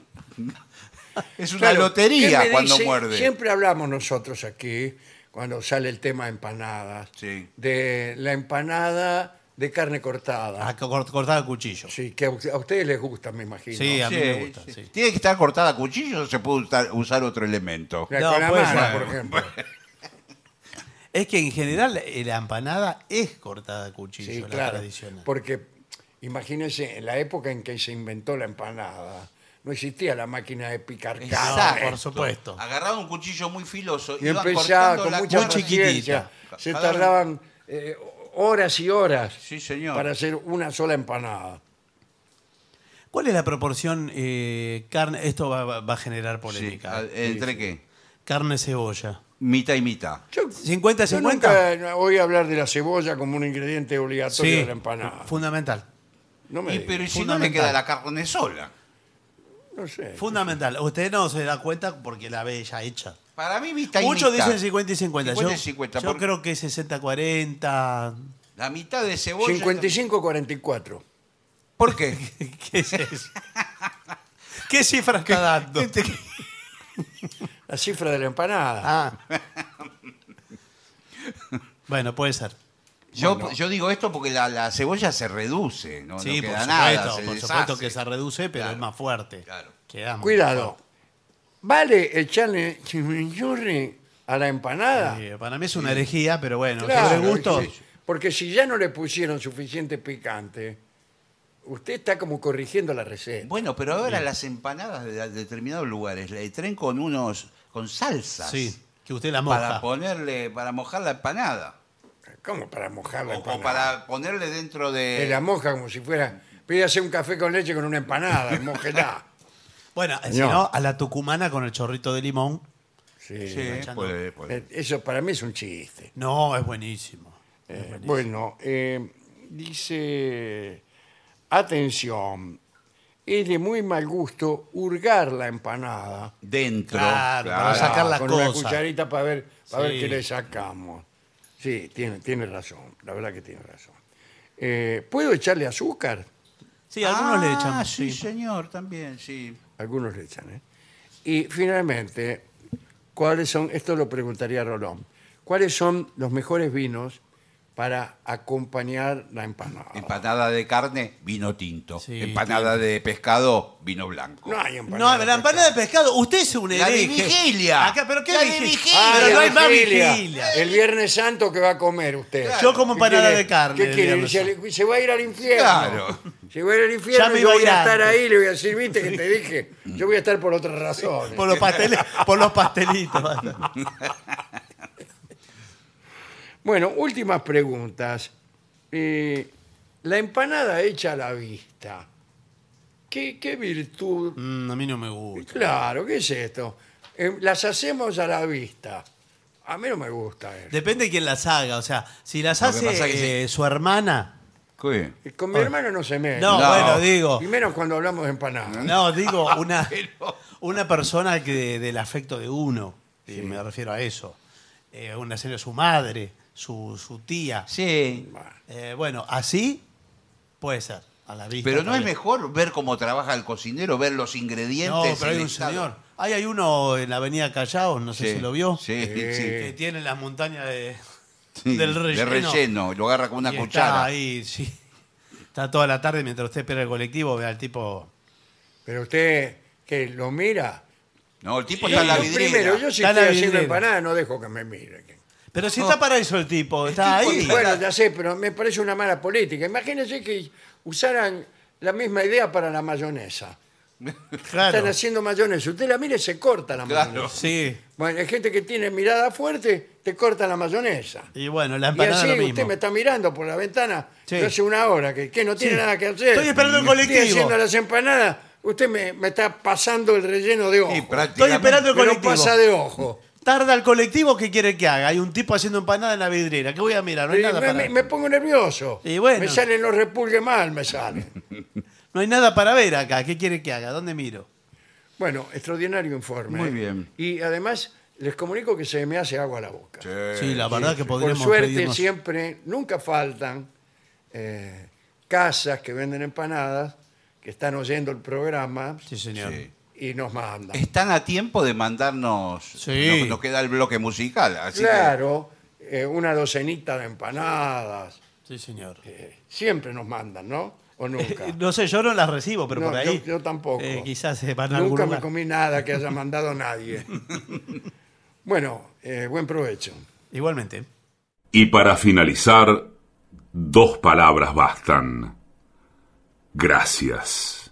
C: Es una
A: Claro, ¿qué
C: lotería
A: me
C: cuando
A: dice?
C: muerde.
A: Siempre hablamos nosotros aquí, cuando sale el tema de empanadas,
C: Sí.
A: de la empanada de carne cortada.
B: Ah, co- Cortada a cuchillo.
A: Sí, que a usted- a ustedes les gusta, me imagino.
B: Sí, a mí me
C: Sí,
B: gusta.
C: sí.
B: sí.
C: Tiene que estar cortada a cuchillo o se puede usar, usar otro elemento.
A: La
B: No,
A: calamara,
B: puede
A: por
B: ser.
A: ejemplo.
B: Es que en general eh, la empanada es cortada a cuchillo,
A: Sí,
B: la
A: claro.
B: tradicional.
A: Porque imagínense, en la época en que se inventó la empanada, no existía la máquina de picar
B: Exacto.
A: carne.
B: por supuesto.
C: Agarraba un cuchillo muy filoso
A: Y
C: iban
A: empezaba
C: cortando
A: con
C: la
A: mucha
B: muy
C: carne.
B: chiquitita.
A: paciencia. Se
C: Cada-
A: tardaban eh, horas y horas
C: Sí, señor.
A: para hacer una sola empanada.
B: ¿Cuál es la proporción eh, carne? Esto va, va- va a generar
C: Sí,
B: polémica.
C: eh, ¿Entre qué?
B: Carne cebolla.
C: Mitad y mitad.
A: Yo,
B: 50
A: yo
B: 50.
A: nunca oí hablar de la cebolla como un ingrediente obligatorio de la empanada.
B: fundamental.
A: No me
C: Y,
A: diga.
C: pero ¿y si no le
B: Fundamental.
C: queda la carne sola?
A: no sé.
B: Fundamental. Usted no se da cuenta porque la ve ya hecha.
C: Para mí mitad y
B: Muchos
C: mitad.
B: dicen 50 y 50.
C: 50
B: yo
C: y 50,
B: yo
C: porque-
B: creo que 60 40.
C: La mitad de cebolla.
A: 55-44.
C: ¿Por qué?
B: ¿Qué es eso? ¿Qué cifra está dando?
C: Este
A: La cifra de la empanada.
B: Ah. Bueno, puede ser.
C: Yo, yo digo esto porque la, la cebolla se reduce, no,
B: sí,
C: no
B: por supuesto,
C: queda nada. se
B: por
C: deshace.
B: supuesto que se reduce, pero
C: Claro.
B: es más fuerte.
C: Claro.
B: Queda muy
A: Cuidado. ¿Vale echarle chimichurri a la empanada?
B: fuerte. Sí, Eh, para mí es una herejía, pero bueno,
A: Claro,
B: sobre gusto.
A: sí. Porque si ya no le pusieron suficiente picante, usted está como corrigiendo la receta.
C: Bueno, pero ahora las empanadas de, de determinados lugares le traen con unos con salsas
B: Sí, que usted la
C: para
B: moja.
C: ponerle para mojar la empanada
A: ¿Cómo para mojar
C: o,
A: la
C: o
A: empanada?
C: para ponerle dentro
A: Que
C: de
A: la moja como si fuera... Pídase un café con leche con una empanada, y mójela.
B: Bueno, eh, si
A: Señor.
B: no, a la tucumana con el chorrito de limón.
A: Sí.
C: Sí, puede- puede.
A: Eh, Eso para mí es un chiste.
B: No, es buenísimo.
A: Eh, bueno, eh, dice, atención, es de muy mal gusto hurgar la empanada
C: dentro.
B: Claro, para
A: Ah,
B: sacar las
A: con una
B: cosas.
A: cucharita para ver, para ver
B: Sí.
A: qué le sacamos. Sí, tiene, tiene razón, la verdad que tiene razón. Eh, ¿Puedo echarle azúcar?
B: Sí, algunos le
C: Ah,
B: echan.
C: sí,
B: sí.
C: señor, también, sí.
A: Algunos le echan, ¿eh? Y finalmente, ¿cuáles son, esto lo preguntaría Rolón, ¿cuáles son los mejores vinos para acompañar la empanada?
C: Empanada de carne, vino tinto.
B: Sí,
C: Empanada de pescado, vino blanco.
A: No hay empanada.
B: No, la empanada de pescado, usted es un
C: La de
B: hereje.
C: vigilia.
B: Acá, pero qué
C: La de
B: vigilia.
C: vigilia.
A: Ah,
B: Pero
A: la
B: no hay más
A: vigilia.
B: vigilia.
A: El Viernes Santo que va a comer usted.
B: Yo como
A: ¿Qué
B: empanada
A: quiere-
B: de carne
A: ¿Qué
B: el
A: quiere?
B: Viernes
A: Se, le- se va a ir al infierno.
C: Claro.
A: Se va a ir al infierno.
B: Ya me
A: yo
B: iba a
A: voy
B: ir
A: a estar
B: antes.
A: ahí, le voy a decir, viste que te dije. Yo voy a estar por otras razones.
B: Por los, pasteles, por los pastelitos.
A: Bueno, últimas preguntas. Eh, la empanada hecha a la vista. ¿Qué, qué virtud?
B: Mm, a mí no me gusta.
A: Claro, ¿qué es esto? Eh, las hacemos a la vista. A mí no me gusta eso.
B: Depende de quién las haga. O sea, si las
C: Lo que
B: hace
C: pasa es que
B: eh, su hermana.
C: ¿Qué?
A: Con mi hermano no se mete.
B: No,
C: No.
B: bueno, digo.
A: Y menos cuando hablamos de empanadas.
B: No, digo, una, una persona que del afecto de uno. y Me refiero a eso. Eh, una señora, su madre, su, su tía.
C: Sí.
B: Eh, bueno, así puede ser. A la vista.
C: Pero no es
B: también.
C: mejor ver cómo trabaja el cocinero, ver los ingredientes.
B: No, pero hay
C: el
B: un
C: estado?
B: señor. Ahí hay uno en la avenida Callao, no sé
C: Sí,
B: si lo vio.
C: Sí,
A: Sí.
C: sí,
B: Que tiene las montañas de-
C: sí.
B: del relleno.
C: De relleno, lo agarra con una
B: Y Está
C: cuchara.
B: ahí, sí. Está toda la tarde mientras usted espera el colectivo, ve al tipo.
A: Pero usted que lo mira.
C: No, el tipo
A: Yo,
C: Pues está en la
A: lo
C: vidriera.
A: primero, yo si
B: Está en la
A: estoy haciendo
B: vidriera.
A: empanada no dejo que me miren.
B: Pero si está para eso el tipo, está
C: tipo
B: ahí.
C: está-
A: Bueno, ya sé, pero me parece una mala política. Imagínense que usaran la misma idea para la mayonesa. Están
B: Claro.
A: haciendo mayonesa. Usted la mira y se corta la
C: Claro.
A: mayonesa.
B: Sí.
A: Bueno, hay gente que tiene mirada fuerte, te corta la mayonesa.
B: Y bueno, la
A: Y
B: empanada
A: así
B: lo
A: usted
B: mismo.
A: me está mirando por la ventana
B: Sí.
A: yo hace una hora, que, que no tiene
B: Sí.
A: nada que hacer.
B: Estoy esperando el colectivo.
A: Estoy haciendo las empanadas, usted me, me está pasando el relleno de ojo.
C: Sí, prácticamente.
B: Estoy esperando el
A: Pero
B: colectivo.
A: pasa de ojo.
B: Tarda el colectivo, ¿qué quiere que haga? Hay un tipo haciendo empanada en la vidriera. ¿Qué voy a mirar? No hay
A: Y
B: nada
A: me,
B: para,
A: me- me pongo nervioso.
B: Y bueno.
A: Me salen los repulgues mal, me salen.
B: no hay nada para ver acá. ¿Qué quiere que haga? ¿Dónde miro?
A: Bueno, extraordinario informe. ¿eh?
C: Muy bien.
A: Y además, les comunico que se me hace agua la boca.
B: sí, la verdad que
A: Por
B: podríamos
A: suerte,
B: pedirnos-
A: siempre, nunca faltan eh, casas que venden empanadas, que están oyendo el programa
B: Sí, señor.
C: Sí.
A: y nos mandan.
C: Están a tiempo de mandarnos.
B: Sí.
C: Nos, nos queda el bloque musical. Así
A: claro, eh, una docenita de empanadas.
B: Sí, señor.
A: eh, siempre nos mandan, ¿no? O nunca.
B: Eh, No sé, yo no las recibo, pero
A: No,
B: por ahí.
A: yo- yo tampoco.
B: eh, quizás se van a algún
A: Nunca me
B: lugar.
A: comí nada que haya mandado nadie. Bueno, eh, buen provecho.
B: Igualmente.
D: Y para finalizar, dos palabras bastan. Gracias.